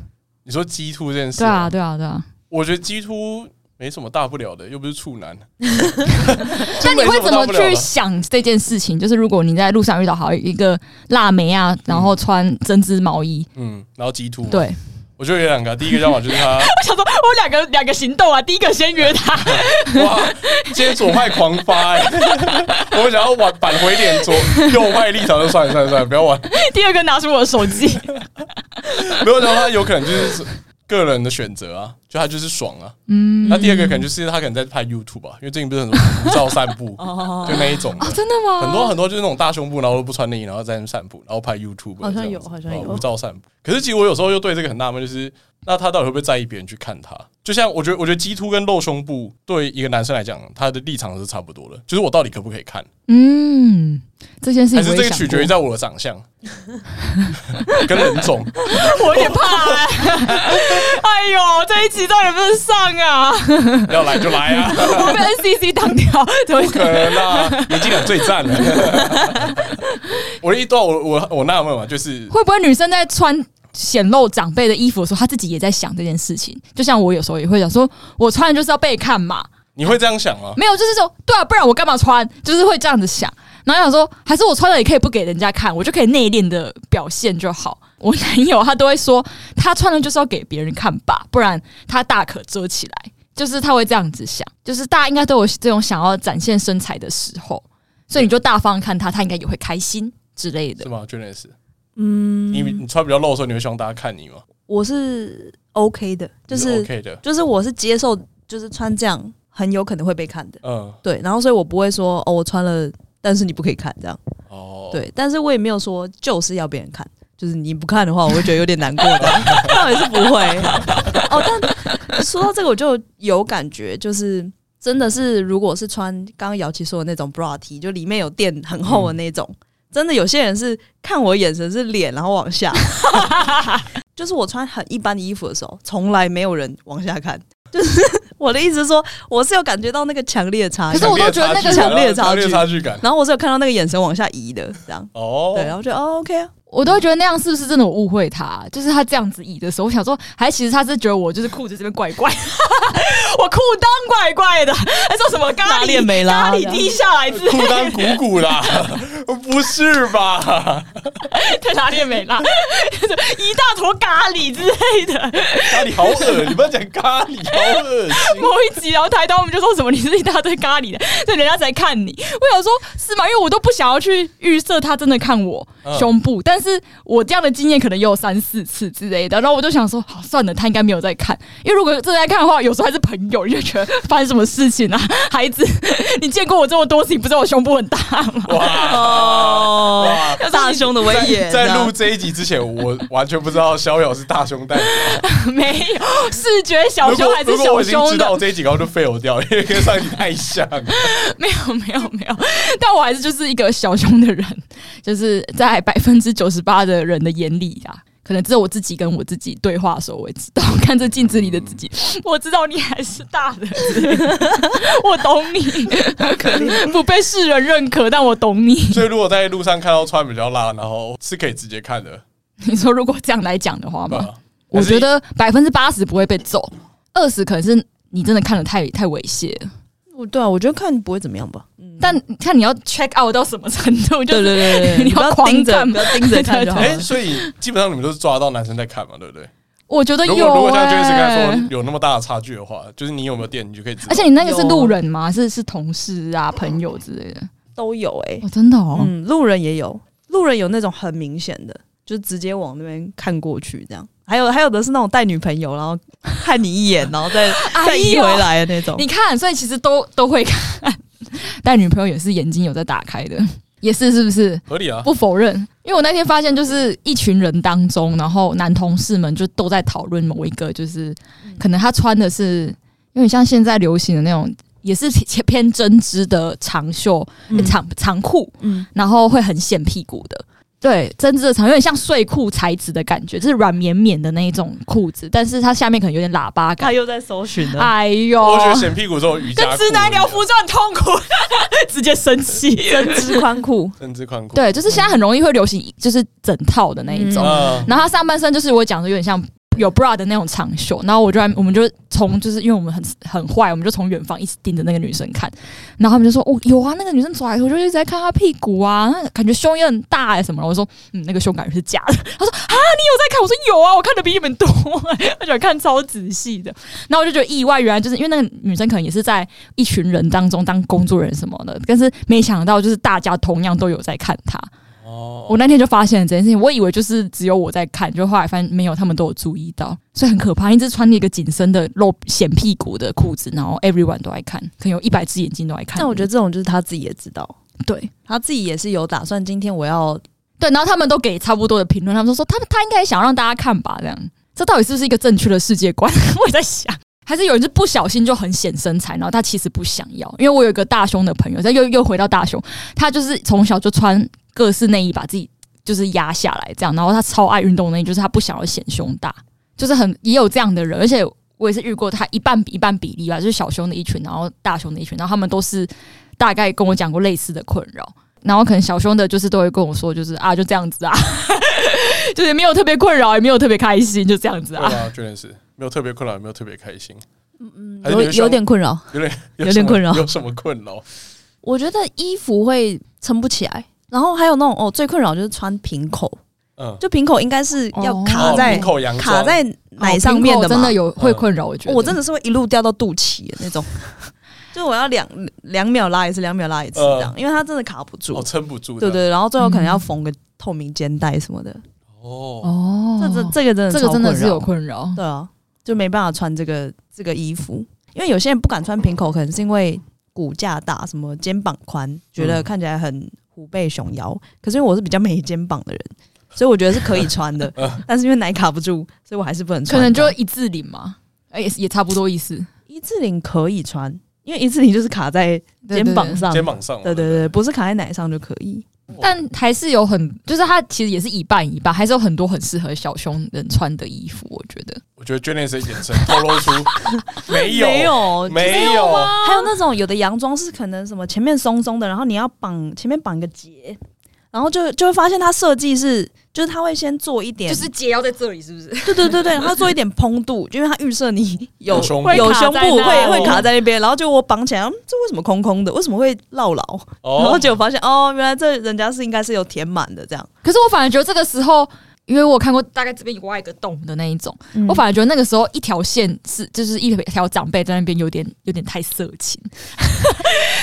你说鸡突这件事，对啊，，对啊，对啊。我觉得鸡突没什么大不了的，又不是处男，那你会怎没什么大么不了去的想这件事情？就是如果你在路上遇到好一个辣妹啊，然后穿针织毛衣，嗯，然后鸡突，对，我觉得有两个，第一个想法就是 他，我想说我两个两个行动啊，第一个先约 他，哇，今天左派狂发、欸， 我想要挽扳回点左右派立场，就算了算了算了，不要玩。第二个拿出我的手机。没有想到他有可能就是个人的选择啊，就他就是爽啊。嗯那第二个可能就是他可能在拍 YouTube 啊吧，因为最近不是很多 无照散步，就那一种的哦，真的吗？很多很多就是那种大胸部，然后都不穿内衣，然后在那边散步，然后拍 YouTube，好像有这样子哦好像有然后无照散步。可是其实我有时候又对这个很纳闷，就是那他到底会不会在意别人去看他？就像我觉得，我觉得鸡突跟露胸部对一个男生来讲，他的立场是差不多的，就是我到底可不可以看，嗯，这件事情还我是这也个想取决于过在我的长相 跟人种。我也怕、 欸。哎呦，这一集到底不能上 啊？要来就来啊，我被 NCC 挡掉，怎么不可能啦，年纪感最赞了。 我的一段，我我我纳闷嘛，就是会不会女生在穿显露长辈的衣服的时候，她自己也在想这件事情？就像我有时候也会想说，我穿的就是要被看嘛，你会这样想吗？没有就是说，对啊，不然我干嘛穿？就是会这样子想。然后想说，还是我穿了也可以不给人家看，我就可以内敛的表现就好。我男友他都会说，他穿的就是要给别人看吧，不然他大可遮起来。就是他会这样子想，就是大家应该都有这种想要展现身材的时候，所以你就大方看他，他应该也会开心。之类的是。吗？觉得也是。嗯，你你穿比较露的时候，你会希望大家看你吗？我是 OK 的，就你是 OK 的。就是我是接受，就是穿这样很有可能会被看的，嗯，对。然后所以我不会说哦，我穿了，但是你不可以看这样，哦，，对。但是我也没有说就是要别人看，就是你不看的话，我会觉得有点难过的， 倒也是不会。哦，但 说到这个，我就有感觉，就是。真的是，如果是穿刚刚姚琪说的那种 bra T，就里面有垫很厚的那种，嗯真的有些人是看我眼神是脸，然后 往下，就是我穿很一般的衣服的时候，从来没有人往下看。就是我的意思是说，我是有感觉到那个强烈的差可异是，我都觉得那个强烈的差距强烈的差距感。然后我是有看到那个眼神往下移的，这样哦，对，然后就哦 OK 啊，我都会觉得那样是不是真的我误会他？就是他这样子移的时候，我想说，还其实他是觉得我就是裤子这边怪怪， 我裤裆怪怪的，还说什么咖拉链喱没拉咖这喱样滴下来之裤裆鼓鼓啦，不是吧？ 对，拉链没拉， 一大坨咖喱之类的。咖喱好恶，你不要讲咖喱，好恶心。 某一集，然后台东我们就说什么你是一大堆咖喱的，所以人家才看你。我想说，是吗？因为我都不想要去预设他真的看我嗯胸部，但是我这样的经验可能也有三四次之类的。然后我就想说，好算了，他应该没有在看，因为如果真的在看的话，有时候还是朋友，你就觉得发生什么事情啊？孩子，你见过我这么多次，你不知道我胸部很大吗？哦哇！哇大胸的威在严，啊在录这样这一集之前，我完全不知道逍遥是大胸代表。没有，视觉小如胸果还是如果我小已经胸知的道。这一集，然后就 fail 掉，因为跟上一集太像了。 没有没有没有，但我还是就是一个小胸的人，就是在百分之九十八的人的眼里啊，可能只有我自己跟我自己对话的时候，我会知道，看着镜子里的自己，我知道你还是大的， 我懂你，不被世人认可，但我懂你。所以如果在路上看到穿比较辣，然后是可以直接看的，你说如果这样来讲的话对嘛，吧？我啊还是觉得百分之八十不会被揍，二十可能是你真的看的太太猥亵了，我对啊，我觉得看不会怎么样吧，嗯但看你要 check out 到什么程度，就是对对对 对对，你不要要狂盯着，看不要盯着看 就好哎、了。所以基本上你们都是抓到男生在看嘛，对不对？我觉得有、如欸。果如果像 Jesse 刚才说有那么大的差距的话，就是你有没有电，你就可以知道。而且你那个是有路人吗？是是同事啊、朋友之类的？都有哎，哦，真的哦。嗯，路人也有，路人有那种很明显的，就直接往那边看过去这样。还有还有的是那种带女朋友，然后看你一眼，然后再再移回来的那种。你看，所以其实都都会看， 但女朋友也是眼睛有在打开的， 也是是不是？合理啊，不否认，因为我那天发现，就是一群人当中，然后男同事们就都在讨论某一个，就是可能他穿的是有点像现在流行的那种，也是偏偏针织的长袖、嗯长长裤，嗯，然后会很显屁股的。对，针织的长有点像睡裤材质的感觉，就是软绵绵的那一种裤子，但是它下面可能有点喇叭感。他又在搜寻了。哎呦，嗯我觉哦得显屁股之后瑜伽跟裤直男聊服装很痛苦， 直接生 ，气。针织宽裤针织宽裤，对，就是现在很容易会流行，就是整套的那一种。嗯啊，然后它上半身就是我讲的有点像有 bra 的那种长袖，然后我就在我们就从就是因为我们很很坏，我们就从远方一直盯着那个女生看，然后他们就说哦有啊，那个女生走来，我就一直在看她屁股啊，那感觉胸也很大哎、什么的，我说嗯那个胸感觉是假的，他说啊你有在看，我说有啊，我看的比你们多、而且我看超仔细的，然后我就觉得意外，原来就是因为那个女生可能也是在一群人当中当工作人员什么的，但是没想到就是大家同样都有在看她。哦，我那天就发现了这件事情，我以为就是只有我在看，就后来发现没有，他们都有注意到，所以很可怕。一直穿着一个紧身的露显屁股的裤子，然后 everyone 都爱看，可能有一百只眼睛都爱看。但我觉得这种就是他自己也知道，对他自己也是有打算，今天我要对，然后他们都给差不多的评论，他们都说他们他应该想让大家看吧，这样这到底是不是一个正确的世界观？ 我也在想。还是有人是不小心就很显身材，然后他其实不想要。因为我有一个大胸的朋友，再又又回到大胸，他就是从小就穿各式内衣把自己就是压下来这样，然后他超爱运动的内衣，就是他不想要显胸大，就是很也有这样的人，而且我也是遇过他一半比一半比例吧，就是小胸的一群，然后大胸的一群，然后他们都是大概跟我讲过类似的困扰，然后可能小胸的就是都会跟我说，就是啊就这样子啊， 就是没有特别困扰，也没有特别开心，就这样子对啊。啊，真的是没有特别困扰，也没有特别开心，嗯有有点困扰。有点有点什么困扰有什么困扰？我觉得衣服会撑不起来，然后还有那种哦，最困扰就是穿平口，嗯，就平口应该是要卡哦在、领口洋装卡在奶上面哦的嘛，真的有会嗯困扰，我觉得 我真的是会一路掉到肚脐的那种。就我要两两秒拉一次，两秒拉一次这样，因为它真的卡不住，哦，撑不住，对对，对，然后最后可能要缝个透明肩带什么的，哦，哦这这这个真的这个超真的困是扰有困扰，对啊，就没办法穿这个这个衣服，因为有些人不敢穿平口，可能是因为骨架大，什么肩膀宽，觉得看起来很虎背熊腰。可是因为我是比较没肩膀的人，所以我觉得是可以穿 的，但是因为奶卡不住，所以我还是不嗯能穿。可能就一字领嘛，哎、也是也差不多意思。一字领可以穿，因为一字领就是卡在对肩膀，上，肩膀上嘛，对对对，不是卡在奶上就可以。对对但还是有很，就是它其实也是一半一半，还是有很多很适合小胸人穿的衣服，我觉得。我觉得 j e n n 的眼神透露 出没有没有，啊没有，还有那种有的洋装是可能什么前面松松的，然后你要绑前面绑一个结，然后就就会发现它设计是，就是它会先做一点， 解要在这里，是不是？对对对对，它做一点蓬度，因为它预设你有有胸部有会卡胸在部那会会卡在那边，然后就我绑起来，嗯这为什么空空的？为什么会落牢？然后哦，结果发现哦，原来这人家是应该是有填满的这样。 可是我反而觉得这个时候，因为我有看过大概这边有挖一个洞的那一种，我反而觉得那个时候一条线是就是一条长辈在那边有点有点太色情，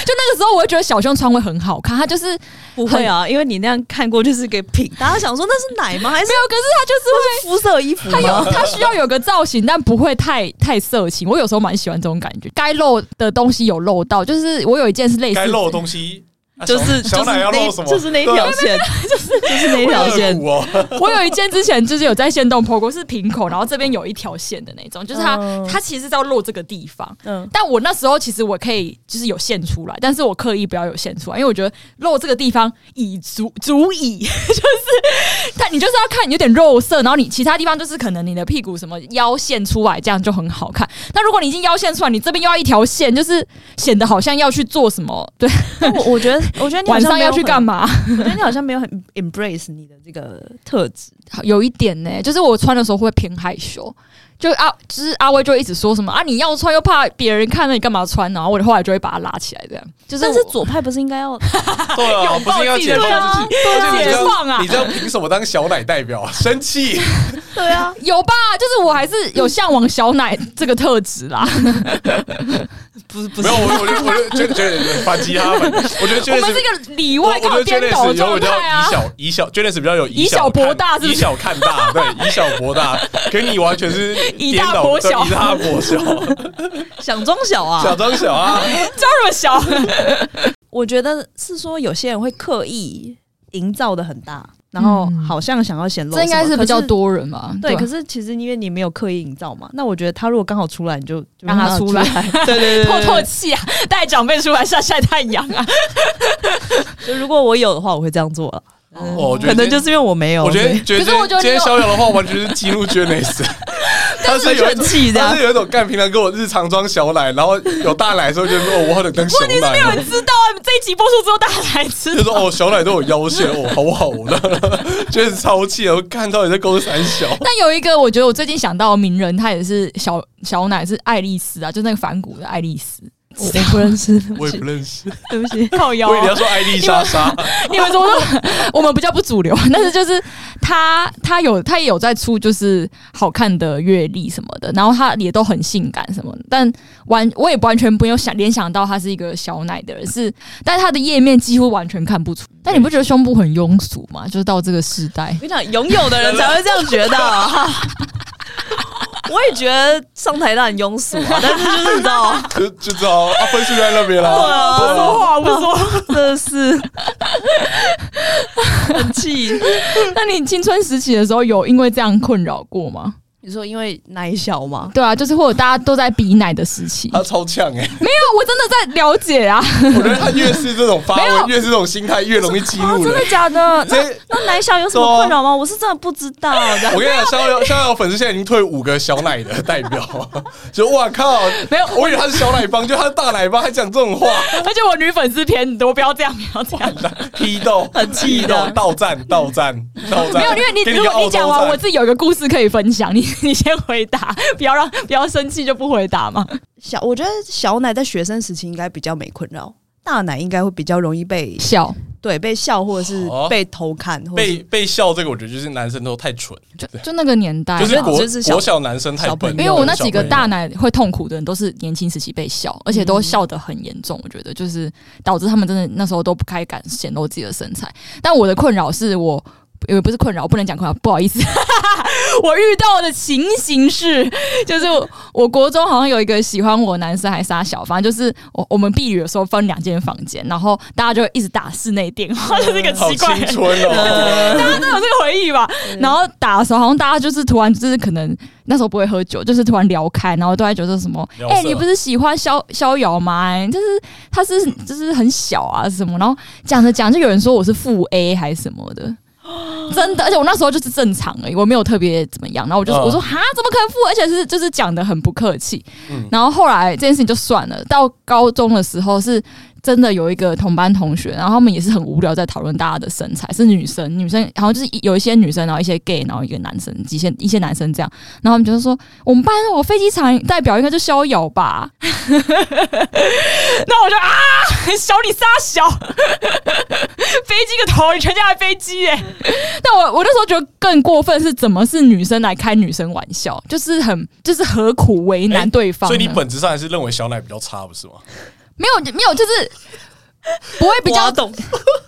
就那个时候我会觉得小胸穿会很好看，它就是没有，不会啊，因为你那样看过就是个品，大家想说那是奶吗？还是可是它就是会。肤色衣服它有吗？它需要有个造型，但不会太太色情。我有时候蛮喜欢这种感觉，该露的东西有露到。就是我有一哎件是类似该露的东西啊就是小小就是奶要露什么，那啊就是那一条线，就是就是那一条对啊线热。舞哦， 我有一件之前就是有在线动剖过，是平口，然后这边有一条线的那种，就是它、嗯它其实是要露这个地方。嗯，但我那时候其实我可以就是有线出来，但是我刻意不要有线出来，因为我觉得露这个地方已足足以， 就是它你就是要看你有点肉色，然后你其他地方就是可能你的屁股什么腰线出来，这样就很好看。但如果你已经腰线出来，你这边又要一条线，就是显得好像要去做什么，对， 我我觉得，我觉得你好晚像上没有要去很干？嘛？我觉得你好像没有很 embrace 你的这个特质。有一点呢、就是我穿的时候会偏害羞。就阿、就是阿威就会一直说什么啊，你要穿又怕别人看，那你干嘛穿？然后我后来就会把它拉起来，这样就是但是我左派不是应该要？ 对啊，拥不抱是应该自己解对啊放自己，对而啊且你这解放啊样你这样凭什么当小奶代表啊？生气， 对啊，有吧？就是我还是有向往小奶这个特质 啦。不是不没有，我我就我就觉得觉得反击他们，我觉得 j 我 e n 们 n 是一个里我外我觉靠得 j e 颠 n 倒 n 的状有比较态啊以。小以小 j e n n 比较有以小看博大是不以是小看大，对，以小博大，可你完全是以颠大倒博对小以大博小，想装小小啊。装小 啊，装什么小？我觉得是说有些人会刻意营造的很大，然后嗯好像想要显露什么，这应该是比较可多人吧？对，可是是其实因为你没有刻意营造嘛，那我觉得他如果刚好出来，你就就让他出出来，对对对，透对透。气啊，带长辈出来晒晒太阳 啊。 对就如果我有的话，我会这样做了。嗯哦我觉得可能就是因为我没有，我觉所得以觉得可是我觉得今天你有逍遥的话，完全是激怒 j e n n 他是有一很种。气这他样是。有一种干，平常跟我日常装小奶，然后有大奶的时候就说哦，我好想当小问题是没有奶，人知道啊！这一集播出之后，大家才知就说道。哦，小奶都有腰线，哦，好好的，就是超气，我看到你在勾三 小，但有一个，我觉得我最近想到的名人，他也是小小奶，是爱丽丝啊，就那个反骨的爱丽丝。我我不认识，我也不认识。对不起。靠腰啊我以为你要说艾丽莎莎， 你们怎么说？我们比较不主流， 但是就是他，他有他也有在出就是好看的阅历什么的，然后他也都很性感什么的，但完我也完全没有想联想到他是一个小奶的人，是，但他的页面几乎完全看不出。但你不觉得胸部很庸俗吗？就是到这个时代我，跟你讲，拥有的人才会这样觉得、 啊。我也觉得上台大很庸俗啊，但是就是你知道，就就知道啊，分数在那边 对啦。啊，话不说。 真的是很气。那你青春时期的时候有因为这样困扰过吗？你说因为奶小嘛，对啊，就是或者大家都在比奶的时期，没他超呛哎、有，我真的在了解啊。 我觉得他越是这种发没有啊问，越是这种心态，越容易激怒啊真人的。假 的？那这那奶小有什么困扰吗？我是真的不知道的。我跟你讲，逍遥逍遥粉丝现在已经退五个小奶的代表， 就哇靠！没有我以为他是小奶帮，就他是大奶帮，还讲这种话， 而且我女粉丝偏多，不要这样，不要这样。批斗，很气批的斗，到站，到站，到站。 没有，因为给你一如个果澳你洲讲完，站我自己有一个故事可以分享。 你你先回答，不要让不要生气就不回答嘛。小，我觉得小奶在学生时期应该比较没困扰，大奶应该会比较容易被笑，对被笑或者是哦被偷看，或者是被被笑这个，我觉得就是男生都太蠢，就就哎那个年代，就是那国就是小国小男生太小笨朋因友。为我那几个小朋友大奶会痛苦的人都是年轻时期被笑，而且都笑得很严重。我觉得就是导致他们真的那时候都不太敢显露自己的身材。但我的困扰是我。也不是困扰，我不能讲困扰，不好意思， 我遇到的情形是，就是我我国中好像有一个喜欢我男生还傻小，反正就是我我们避雨的时候分两间房间，然后大家就一直打室内电话，就是一个好奇怪青春 哦，大家都有这个回忆吧。然后打的时候，好像大家就是突然就是可能那时候不会喝酒，就是突然聊开，然后都在觉得什么，聊色哎、你不是喜欢逍逍遥吗？哎就是他是就是很小啊什么，然后讲着讲着就有人说我是负 A 还是什么的。真的，而且我那时候就是正常而已，我没有特别怎么样。然后我就、嗯我说哈，怎么可能负？而且是就是讲的很不客气。然后后来这件事情就算了。到高中的时候是真的有一个同班同学，然后他们也是很无聊，在讨论大家的身材，是女生，女生，然后就是有一些女生，然后一些 gay，然后一个男生，几些一些男生这样，然后他们就是说，我们班我飞机场代表应该就逍遥 吧，那我就啊，小你仨小， 飞机个头，你全家还飞机耶、但我我那时候觉得更过分是，怎么是女生来开女生玩笑，就是很就是何苦为难对方呢、哎所以你本质上还是认为小奶比较差，不是吗？没有没有，就是不会比较懂，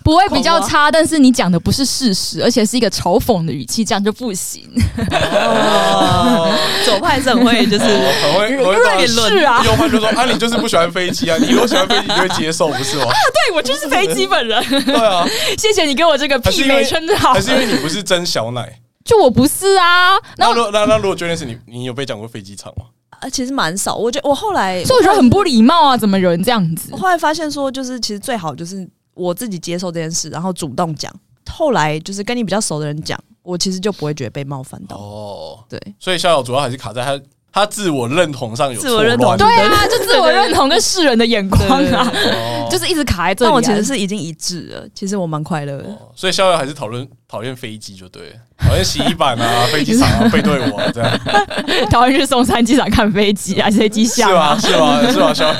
不会比较差，但是你讲的不是事实，而且是一个嘲讽的语气，这样就不行。哦，左派是很会就是我很会，我会 也是啊右派就说啊，你就是不喜欢飞机啊，你如果 喜欢飞机，你就会接受，不是吗？ 对我就是飞机本人， 对啊，谢谢你给我这个还是媲因为美称号还。是因为你不是真小奶？就我不是啊，然那后如果那那如果 j e n 是你，你有被讲过飞机场吗？ 呃其实蛮少。我觉得我后来，所以我觉得很不礼貌啊，怎么有人这样子哦我？后来发现说，就是其实最好就是我自己接受这件事，然后主动讲。后来就是跟你比较熟的人讲，我其实就不会觉得被冒犯到。哦，对，所以逍遥主要还是卡在他他自我认同上有自我认同对错啊，就自我认同跟世人的眼光 啊，乱哦就是一直卡在这里、但啊。我其实是已经一致了，其实我蛮快乐的。哦所以逍遥还是讨论讨厌飞机就对了，讨厌洗衣板 啊、飞机场啊、背对我啊这样，台湾去松山机场看飞机 还是飞机是下吗？是吗？是吗？逍遥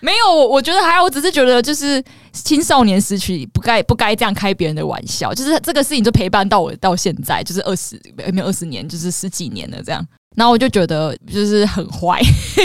没有，我我觉得还好，我只是觉得就是青少年时期不该不该这样开别人的玩笑，就是这个事情就陪伴到我到现在，就是二十没有二十年，就是十几年了这样。然后我就觉得就是很坏，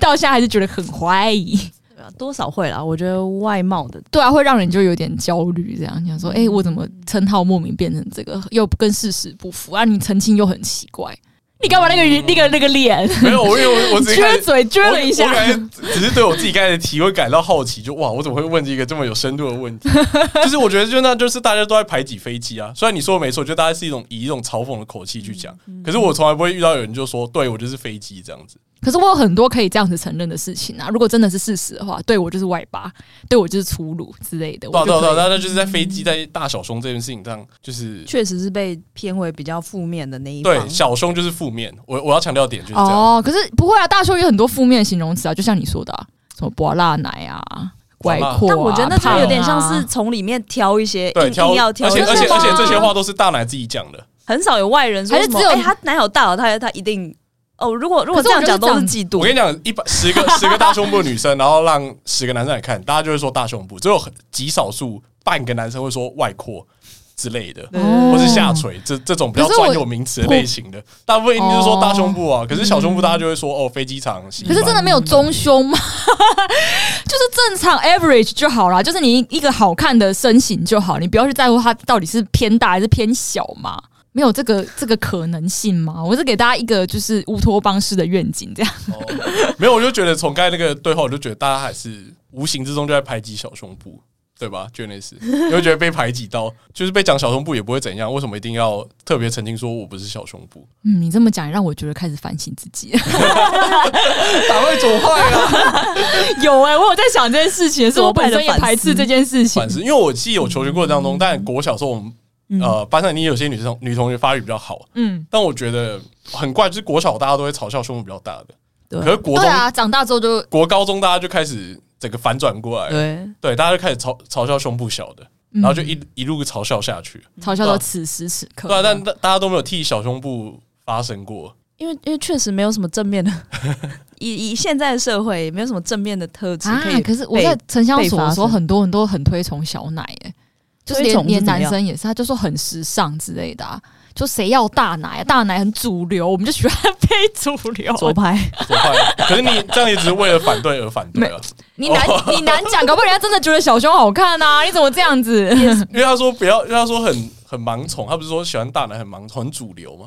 到现在还是觉得很坏。对啊多少会啦，我觉得外貌的对啊，会让人就有点焦虑，这样想说，嗯哎、我怎么称号莫名变成这个，又跟事实不符啊？你澄清又很奇怪，嗯你干嘛那个那个那个脸，没有，我因为我我只是看撅嘴撅我了一下我，感觉只是对我自己刚才的提问感到好奇，就哇，我怎么会问这个这么有深度的问 题？就是我觉得，就那就是大家都在排挤飞机啊。虽然你说的没错，就大家是一种以一种嘲讽的口气去讲，嗯可是我从来不会遇到有人就说对我就是飞机这样子。可是我有很多可以这样子承认的事情啊，如果真的是事实的话，对我就是外八，对我就是粗鲁之类的。对啊我对就啊对啊，可以嗯那那就是在飞机在大小胸这件事情上，就是确实是被偏为比较负面的那一方。对小胸就是负面。我我要强调的点就是这样。哦，可是不会啊，大胸有很多负面形容词啊，就像你说的、啊，什么拔辣奶啊、拔拐辣阔、啊，但我觉得那就胖啊有点像是从里面挑一些，对，硬挑，硬要而且挑，而且就而是且真的吗这些话都是大奶自己讲的，很少有外人说还是什么只有哎、他奶有大哦，他他一定哦。如果如果可是这我样就讲都是是长嫉妒。我跟你讲，一百十个十个大胸部的女生，然后让十个男生来看，大家就会说大胸部，只有很极少数半个男生会说外扩之类的，哦或是下垂这这种比较可是我专有名词的类型的，大部分一定就是说大胸部啊。可是小胸部大家就会说哦，飞机场。洗衣可板是真的没有中胸吗？ 就是正常 average 就好啦，就是你一个好看的身形就好，你不要去在乎它到底是偏大还是偏小嘛。没有这个这个可能性吗？我是给大家一个就是乌托邦式的愿景，这样。哦 没有，我就觉得从刚才那个对话，我就觉得大家还是无形之中就在排挤小胸部。对吧？就那是，你会觉得被排挤到，就是被讲小胸部也不会怎样，为什么一定要特别澄清说我不是小胸部？嗯，你这么讲也让我觉得开始反省自己。打会左派啊！ 有哎、我有在想这件事情， 是我本身也排斥这件事情反。思，因为我记得我求学过程当中，嗯但国小时候我们、呃班上一定有些女生女同学发育比较好，嗯，但我觉得很怪，就是国小大家都会嘲笑胸部比较大的，对可是国对中、啊，长大之后就国高中大家就开始整个反转过来，对，对，大家就开始嘲嘲笑胸部小的，嗯然后就一、一路嘲笑下去， 嘲笑到此时此刻。啊对啊，但大大家都没有替小胸部发声过。因为因为确实没有什么正面的， 以以现在的社会没有什么正面的特质啊可以。！可是我在城乡所的时候，被发生很多人都很推崇小奶、欸，就是推连崇是连怎么男样生也是，啊他就说很时尚之类的、啊，就谁要大奶、啊，大奶很主流，我们就喜欢非主流。 左派，左派。 可是你这样也只是为了反对而反对啊，你难你难讲，搞不好人家真的觉得小胸好看啊！你怎么这样 子？因为他说不要，因为他说很很盲从，他不是说喜欢大男很盲从很主流吗？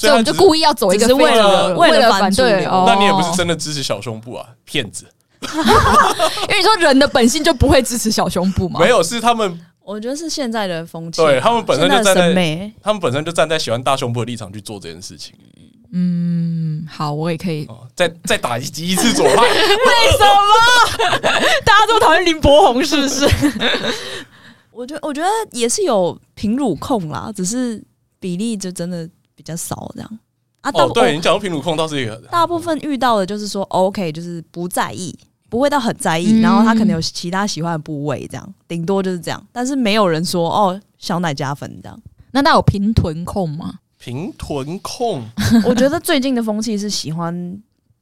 所以我们就故故意要走一个只是为了非主流为为了反反主流对哦。那你也不是真的支持小胸部啊，骗子！因为你说人的本性就不会支持小胸部嘛？没有，是他们我觉得是现在的风气，啊对他们本身就现在的站在审美，他们本身就站在喜欢大胸部的立场去做这件事情。嗯，好，我也可以。哦，再再打一击一次左 派，为什么 大家这么讨厌林柏宏？是不是？ 我觉我觉得也是有平乳控啦，只是比例就真的比较少这样啊。大哦，部对你讲到平乳控倒是一个，大部分遇到的就是说 OK，就是不在意，不会到很在意，嗯然后他可能有其他喜欢的部位这样，顶多就是这样，但是没有人说哦小奶加分这样。那那有平臀控吗？平臀控， 我觉得最近的风气是喜欢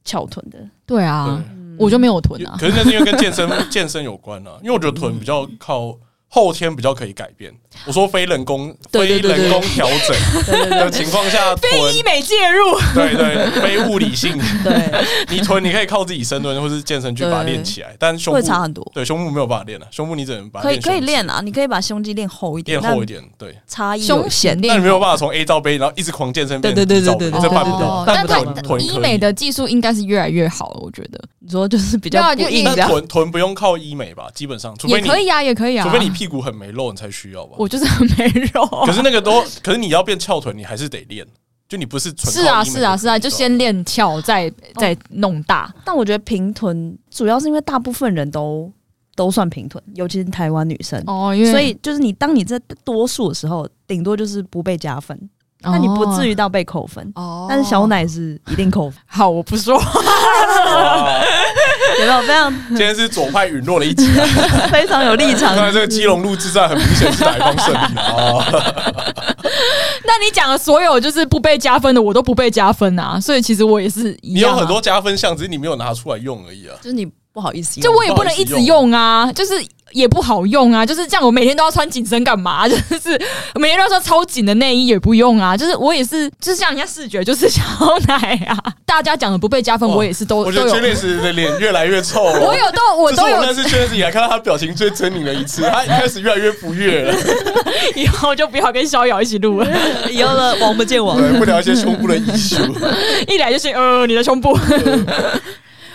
翘臀的，对啊，对我就没有臀有啊。可是那是因为跟健身 健身有关啊，因为我觉得臀比较靠后天比较可以改变。我说非人工对非对对人工调整 对对的情况 下，臀美介入，对对非物理性，对，你臀你可以靠自己深蹲或是健身去把它练起来，但胸 会部差很多。对胸部没有办法练了，胸部你只能把它可以可以胸肌练啊，你可以把胸肌练厚一点，练厚一点，对但，差异胸有显限。但练你没有办法从 A 罩杯然后一直狂健身变对对 B 罩杯对对对这对办不对到哦。但但臀它臀医可美以的技术应该是越来越好了，我觉得你说 就是比较对啊不就硬硬这的但样，臀臀不用靠医美吧，基本上，除非也你可以啊，也可以啊。除非你屁股很没肉，你才需要吧。我就是很没肉啊，可是那个都，可是你要变翘臀，你还是得练，就你不是纯是靠啊医美是啊可以是啊，就对吧先练翘，再再弄大。但我觉得平臀主要是因为大部分人都都算平臀，尤其是台湾女生。哦，因为所以就是你，当你在多数的时候，顶多就是不被加分，那你不至于于到被扣分。哦，但是小奶是一定扣分 好，我 不说，哇有没有？非常哦今天是左派陨落了一集， 非常有立场刚。才这个基隆路之战很明显是哪一方胜利 啊？那你讲的所有就是不被加分的，我都不被加分啊，所以其实我也是一你样、啊。有很多加分项，只是你没有拿出来用而已啊。就是你不好意思，就我也不能一直用啊，就是也不好用啊，就是这样。我每天都要穿紧身干嘛？ 就是每天都要穿超紧的内衣也不用啊。就是我也是，就是像人家视觉就是小奶啊。大家讲的不被加分，哇我也是都哦我觉都得有 j，a n 的脸越来越臭了。我有都我这是都我有认，识 j a n 以来看到他表情最狰狞的一次，他开始越来越不悦了。以后就不要跟逍遥一起录了， 以后的王不见王。对，不聊一些胸部的艺术。一来就是呃你的胸部。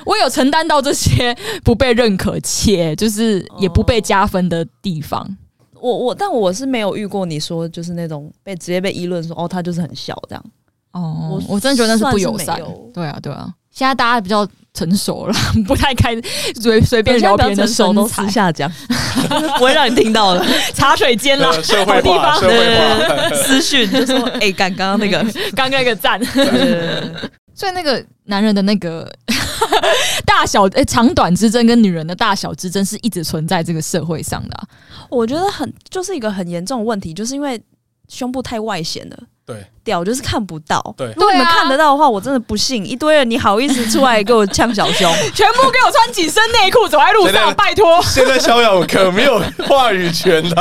我有承担到这些不被认可且就是也不哦被加分的地方， 我我，但我是没有遇过你说就是那种被直接被议论说哦，他就是很小这样。哦我，我真的觉得那是不友善算是没有。对啊，对啊，现在大家比较成熟了， 不太开随随便聊别人的 身都材私，下讲， 不会让你听到的。茶水间 啦，呃社会啊化，社会化。私讯就说哎，赶刚刚那个， 刚刚那个赞。 对所以那个男人的那个 大小诶、长短之争跟女人的大小之争是一直存在这个社会上的啊、我觉得很就是一个很严重的问题，就是因为胸部太外显了。对，屌就是看不到。对如果你们对啊看得到的话，我真的不信一堆人，你好意思出来给我呛小胸？全部给我穿紧身内裤走在路 对对对上，拜托，现在逍遥可没有话语权的、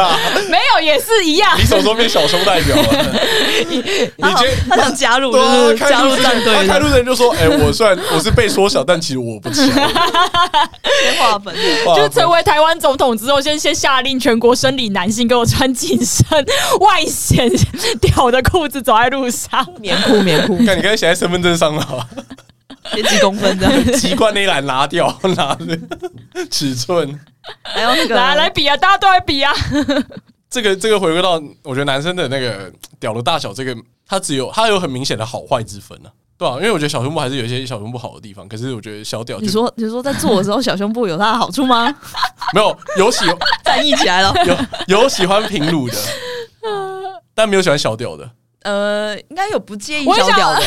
没有也是一样 你。什么时候变小熊代表啊了？ 你他好今天他想加入，对就啊，是开加路入之战前他队开的路的人就说：“哎、我虽然我是被缩小，但其实我不 小。先划分。哇”就是成为台湾总统之后，先先下令全国生理男性给我穿紧身 外显屌的裤子走在路上。棉裤，棉裤， 看你刚才写在身份证上 了，也几公分的， 籍贯那一栏拿掉，拿着尺寸。还有那 个来来，比啊，大家都来比啊！这个这个回归到，我觉得男生的那个屌的大小，这个它只有它有很明显的好坏之分呢、对啊，因为我觉得小胸部还是有一些小胸部好的地方，可是我觉得小屌就你说你说在做的时候小胸部有它的好处吗？没有有喜战役起来了， 有有喜欢平乳的，但没有喜欢小屌的。呃，应该有不介意我也小想屌的，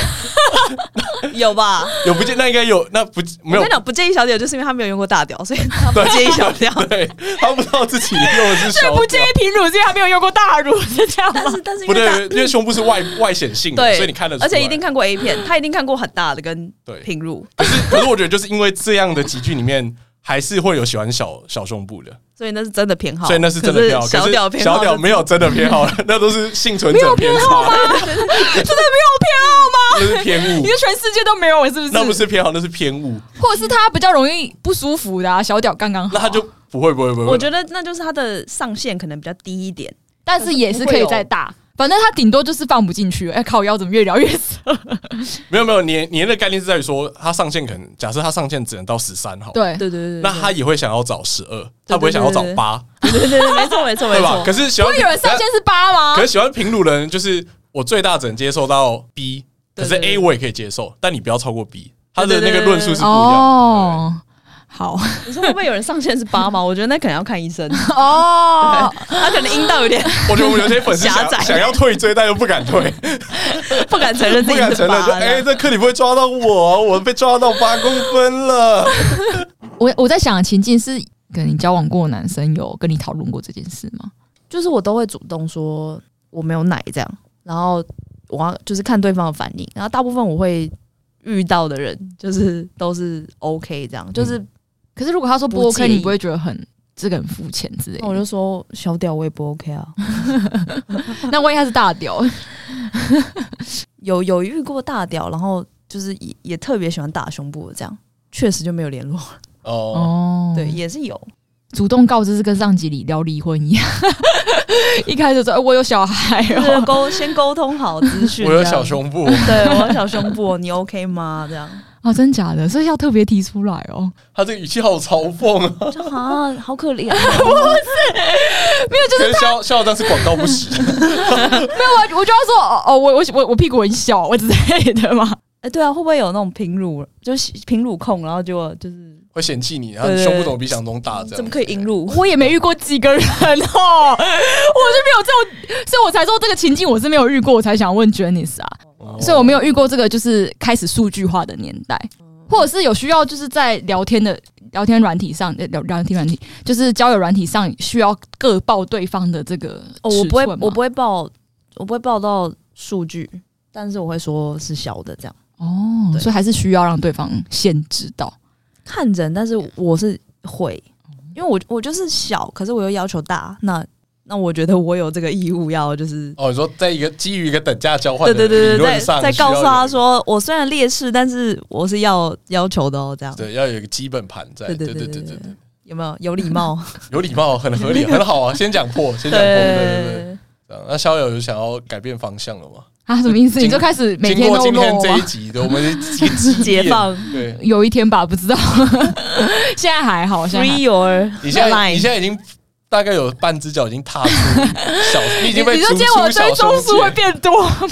有吧？有不介，那应该有，那不没我有跟你讲，不介意小屌，就是因为他没有用过大屌，所以 他不介意小屌。对，他不知道自己用 的是最小不介屌意平乳，是因为他没有用过大乳，是这样吗但？是，但是因不为大对，因为胸部是外 外显性的，对，所以你看得出来，而且一定看过 A 片，他一定看过很大的跟对。平乳，可是，可是我觉得就是因为这样的集剧里面，还是会有喜欢小小胸部的，所以那是真的偏好。所以那是真的偏好。可可是小是屌偏好小是，屌没有真的偏 好，那都是幸存者偏差，真的没有偏好吗？ 那是偏误你，是全世界都没有，是不是？那不是偏好，那是偏误，或者是他比较容易不舒服的、啊，小屌刚刚好。那他就不会不会不我会。觉得那就是他的上限可能比较低一点。但是也是可以再大，反正他顶多就是放不进去。哎、靠腰怎么越聊越深？没有没有，你你的概念是在于说，他上限可能假设他上限只能到十三号，对， 对对对，对那他也会想要找十二，他不会想要找对对对八，对对对，对没错没错没对吧？错可。是喜欢会有人上限是八吗可？是喜欢平乳的人，就是我最大只能接受到 B，可对是对对 A 我也可以接受，但你不要超过 B。他的对对那对个论述是不一样的。哦，好 你说会不会有人上限是八吗？我觉得那可能要看医生，哦，他可能阴道有 点对我觉得我们有些粉丝 狭想窄想要退追，但又不敢 退，不敢承认自不己敢是承认。八就。哎、这课你不会抓到我，我被抓到八公分了。我我在想的情境是跟你交往过的男生有跟你讨论过这件事吗？就是我都会主动说我没有奶这样，然后我要就是看对方的反应，然后大部分我会遇到的人就是都是 OK 这样，就是、可是如果他说不哦不 OK，介意你不会觉得很这个很肤浅之类那我的？就说小屌我也不 OK 啊，那万一他是大屌，有有遇过大屌，然后就是也也特别喜欢大胸部的这样，确实就没有联络，哦， 哦，对，也是 有，主动告知是跟上集里聊离婚一样， 一开始说、哎我有小孩就是哦，沟先沟通好资讯，我有小，胸部，对我有小胸部，你 OK 吗？这样啊，真假的，所以要特别提出来哦。他这个语气好嘲讽 啊！我就啊，好可怜、啊， 可是笑笑当是广告不实，没有，我我就要说哦哦，我我我我屁股很小，我之类的嘛。哎、对啊，会不会有那种平乳，就是平乳控，然后结果就是会嫌弃你，然后对你对胸部怎么比想中大？这样怎么可以引啊入？我也没遇过几个人哦，我就没有这种，所以我才说这个情境我是没有遇过，我才想问 Jennice 啊，哦所以我没有遇过这个就是开始数据化的年代，或者是有需要就是在聊天的聊天软体上，呃聊聊天软体就是交友软体上需要各报对方的这个哦，我不会，我不会会报，我不会报到数据，但是我会说是小的这样哦，对所以还是需要让对方先知道看人，但是我是会，因为我我就是小，可是我又要求大，那那我觉得我有这个义务要就是。哦，你说在一个基于一个等价交换对的对对哦理对，论在上在需要告诉有他说，我虽然劣势，但是我是要要求的哦，这样对，要有一个基本盘在。对对对对对对对对对有没有有礼 貌？有礼貌，很合理，很好啊。先讲破，先讲破，对对对对。这样那逍遥有想要改变方向了吗？啊，什么意思？经你就开始每经天过都啊今天露这一吗？集的我们这一集解放对。有一天吧，不知道， 现在还好，现在还好 free your 你现在 line 你现在已经大概有半只脚已经踏出小，你已经被 你就逐见我出小追踪胸数会 界，变多吗？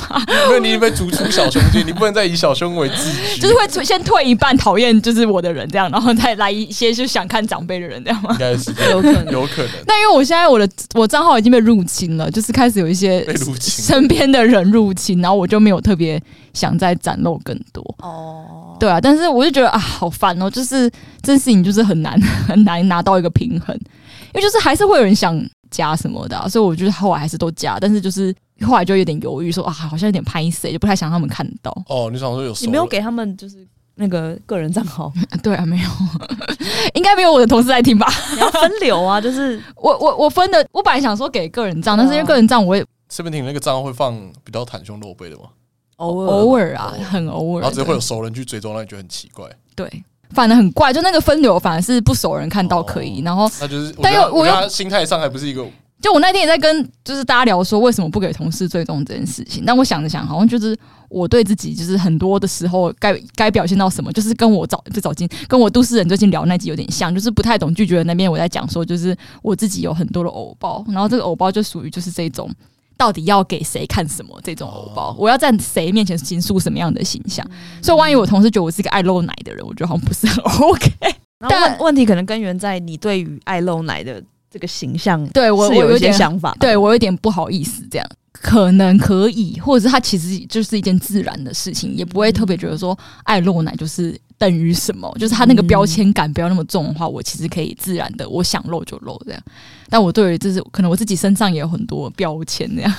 因为你已经被逐出小胸界，你不能再以小胸为自居。就是会先退一半讨厌就是我的人这样，然后再来一些就想看长辈的人这样吗应？该是有可能有可能那因为我现在我的我账号已经被入侵了，就是开始有一些被入侵 身边的人入侵，然后我就没有特别想再展露更多。哦，对啊，但是我就觉得啊，好烦哦，就是这件事情就是很难 很难拿到一个平衡，因为就是还是会有人想加什么的啊、所以我就是后来还是都加，但是就是后来就有点犹豫说，啊，好像有点拍谁，就不太想让他们看到。哦。你想说有收你没有了给他们就是那个个人账 号，啊对啊，没有， 应该没有我的同事在听吧？你要分流啊，就是 我我我分的，我本来想说给个人账，对啊但是因为个人账我也视频亭那个账号会放比较袒胸露背的吗？ 偶尔偶尔啊偶尔，很偶尔然后的，只是会有熟人去追踪，那你觉得很奇怪。对，反而很怪，就那个分流反而是不熟人看到可以，哦然后那就是，但觉得又我又觉得他心态上还不是一个就我那天也在跟就是大家聊说，为什么不给同事追踪这件事情？但我想着想，好像就是我对自己就是很多的时候该该表现到什么，就是跟我早呃不早进跟我都市人最近聊那集有点像，就是不太懂拒绝的那边我在讲说，就是我自己有很多的偶包，然后这个偶包就属于就是这种。到底要给谁看什么这种偶包？我要在谁面前形塑什么样的形象？所以，万一我同事觉得我是一个爱露奶的人，我觉得好像不是很 OK。然后但问问题可能根源在你对于爱露奶的这个形象对我是我有一些点想法，对我有点不好意思，这样可能可以，或者是它其实就是一件自然的事情，也不会特别觉得说爱露奶就是等于什么，就是它那个标签感不要那么重的话，我其实可以自然的，我想露就露这样。但我对于就是可能我自己身上也有很多标签这样，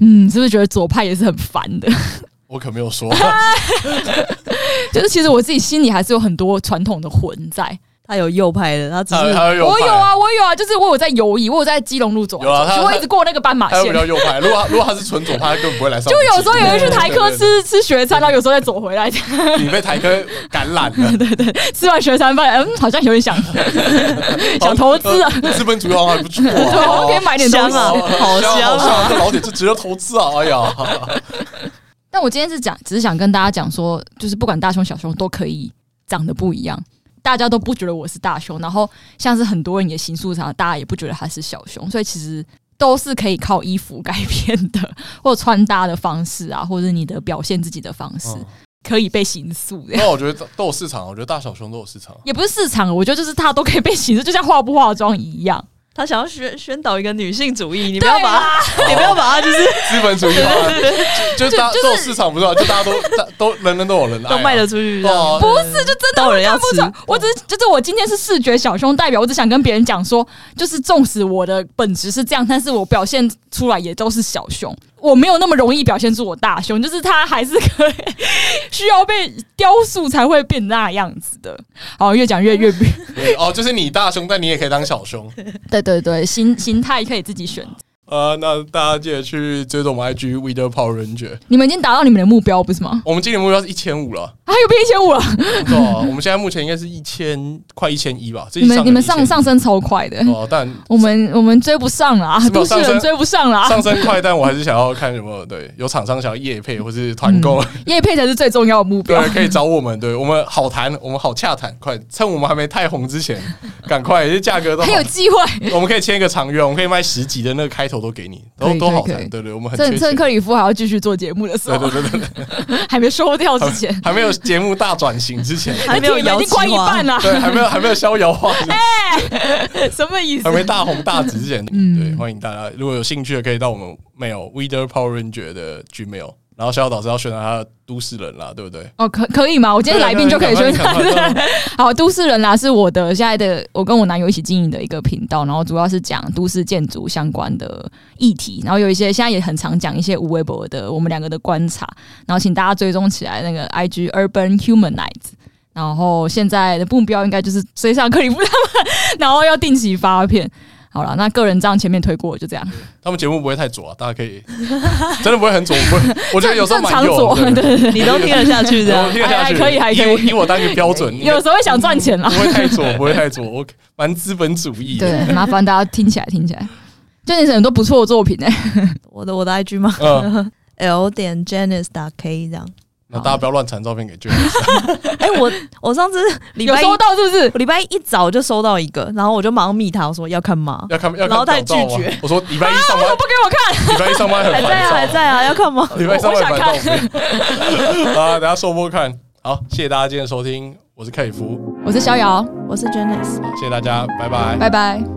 嗯，是不是觉得左派也是很烦的？ 我可没有说，啊 就是其实我自己心里还是有很多传统的魂在。他有右派的，他只还是还有右我有派，啊，我有啊，就是我有在游移，我有在基隆路走有啊来走去，他我一直过那个斑马还有比线。较右派。如果他如果他是纯左派，他根本不会来上就我们节目。有时候也会去台科对，吃吃学餐，然后有时候再走回来，对对你被台科感染了， 吃完学餐饭，嗯，好像有点想想投资啊，资本主义好像还不错啊， 对，我可以买点东香西。啊好好香香啊！啊这老铁这值得投资啊！哎呀， 但我今天是讲，只是想跟大家讲说，就是不管大胸小胸都可以长得不一样，大家都不觉得我是大胸，然后像是很多人也行诉啥，大家也不觉得他是小胸，所以其实都是可以靠衣服改变的，或者穿搭的方式啊，或者你的表现自己的方式，嗯可以被行诉的。那我觉得都有市场，我觉得大小熊都有市场。啊也不是市场，我觉得就是它都可以被形式，就像化不化妆一样。他想要宣宣导一个女性主义，你你不要把他，你不要把他就是资本主义嘛，就就大就就是都有市场不是吧？就大家都大都人人都有人爱啊，都卖得出去，对啊不是，就真的都有会人要看不出来吃。我只是就是我今天是视觉小胸代表，我只想跟别人讲说，就是纵使我的本质是这样，但是我表现出来也都是小胸，我没有那么容易表现出我大胸，就是它还是可以需要被雕塑才会变那样子的。好，越讲越越越对哦，就是你大胸，但你也可以当小胸。对对对，形形态可以自己选。呃，那大家记得去追踪我们 IG w e e d e r Power Ranger。你们已经达到你们的目标不是吗？我们今年目标是一千五了，还有变一千五了，不错啊。我们现在目前应该是一千快一千一吧。这你一们你个们上1100上升超快的。哦，但我们我们追不上了啊，是吧都市上升人追不上了啊上，升快，但我还是想要看有没有对有厂商想要业配或是团购，叶配才是最重要的目标 对，。可以找我们，对我们好谈，我们好洽谈，快趁我们还没太红之前，赶快，这价格都好 还有机会，我们可以签一个长约，我们可以卖十集的那个开头都给你，可都以都好可以谈可，以对对，我们很趁缺趁钱。克里夫还要继续做节目的时对候，对对对对，还没收掉之前，还没有节目大转型之 前，还没有你们摇已啊经关旗一花半了，对，还没有还没有逍遥化，什么意思还？没大红大紫之前，嗯对，欢迎大家，如果有兴趣的可以到我们 mail weather power ranger 的 gmail，然后逍遥导师要宣传他的都市人啦，对不对？哦，可可以吗？我今天来宾就可以宣传对对对赶快赶了。好，都市人啦，是我的现在的，我跟我男友一起经营的一个频道，然后主要是讲都市建筑相关的议题，然后有一些现在也很常讲一些无微博的我们两个的观察，然后请大家追踪起来那个 IG Urban Humanize。然后现在的目标应该就是追上克里夫他们，然后要定期发片。好了，那个人账前面推过就这样，他们节目不会太左啊，大家可以真的不会很左，不会，我觉得有时候蛮正右常左的，对 你都听得下去对的我。听得下去，还可以还可以以我以我当个标准，有时候会想赚钱啦不。会太左，不会太左，我蛮资本主义的，对，麻烦大家听起来听起来，就你很多不错的作品哎、我的我的 IG 吗嗯， ？L 点 Janice 打 K 这样。那大家不要乱传照片给 j 哎，我我上次礼有拜一，收我到是不是？礼拜一早就收到一个，然后我就马上密他，我说要看吗？要看要看然后他也屌照吗拒绝我说礼拜一上班，不给我看，礼拜一上班很还烦在啊，还躁，在啊，要看吗？ 礼拜一上班很我烦躁。啊，等下收播看。好，谢谢大家今天的收听，我是克里夫，我是逍遥，我是 Janice。谢谢大家，拜拜。拜拜。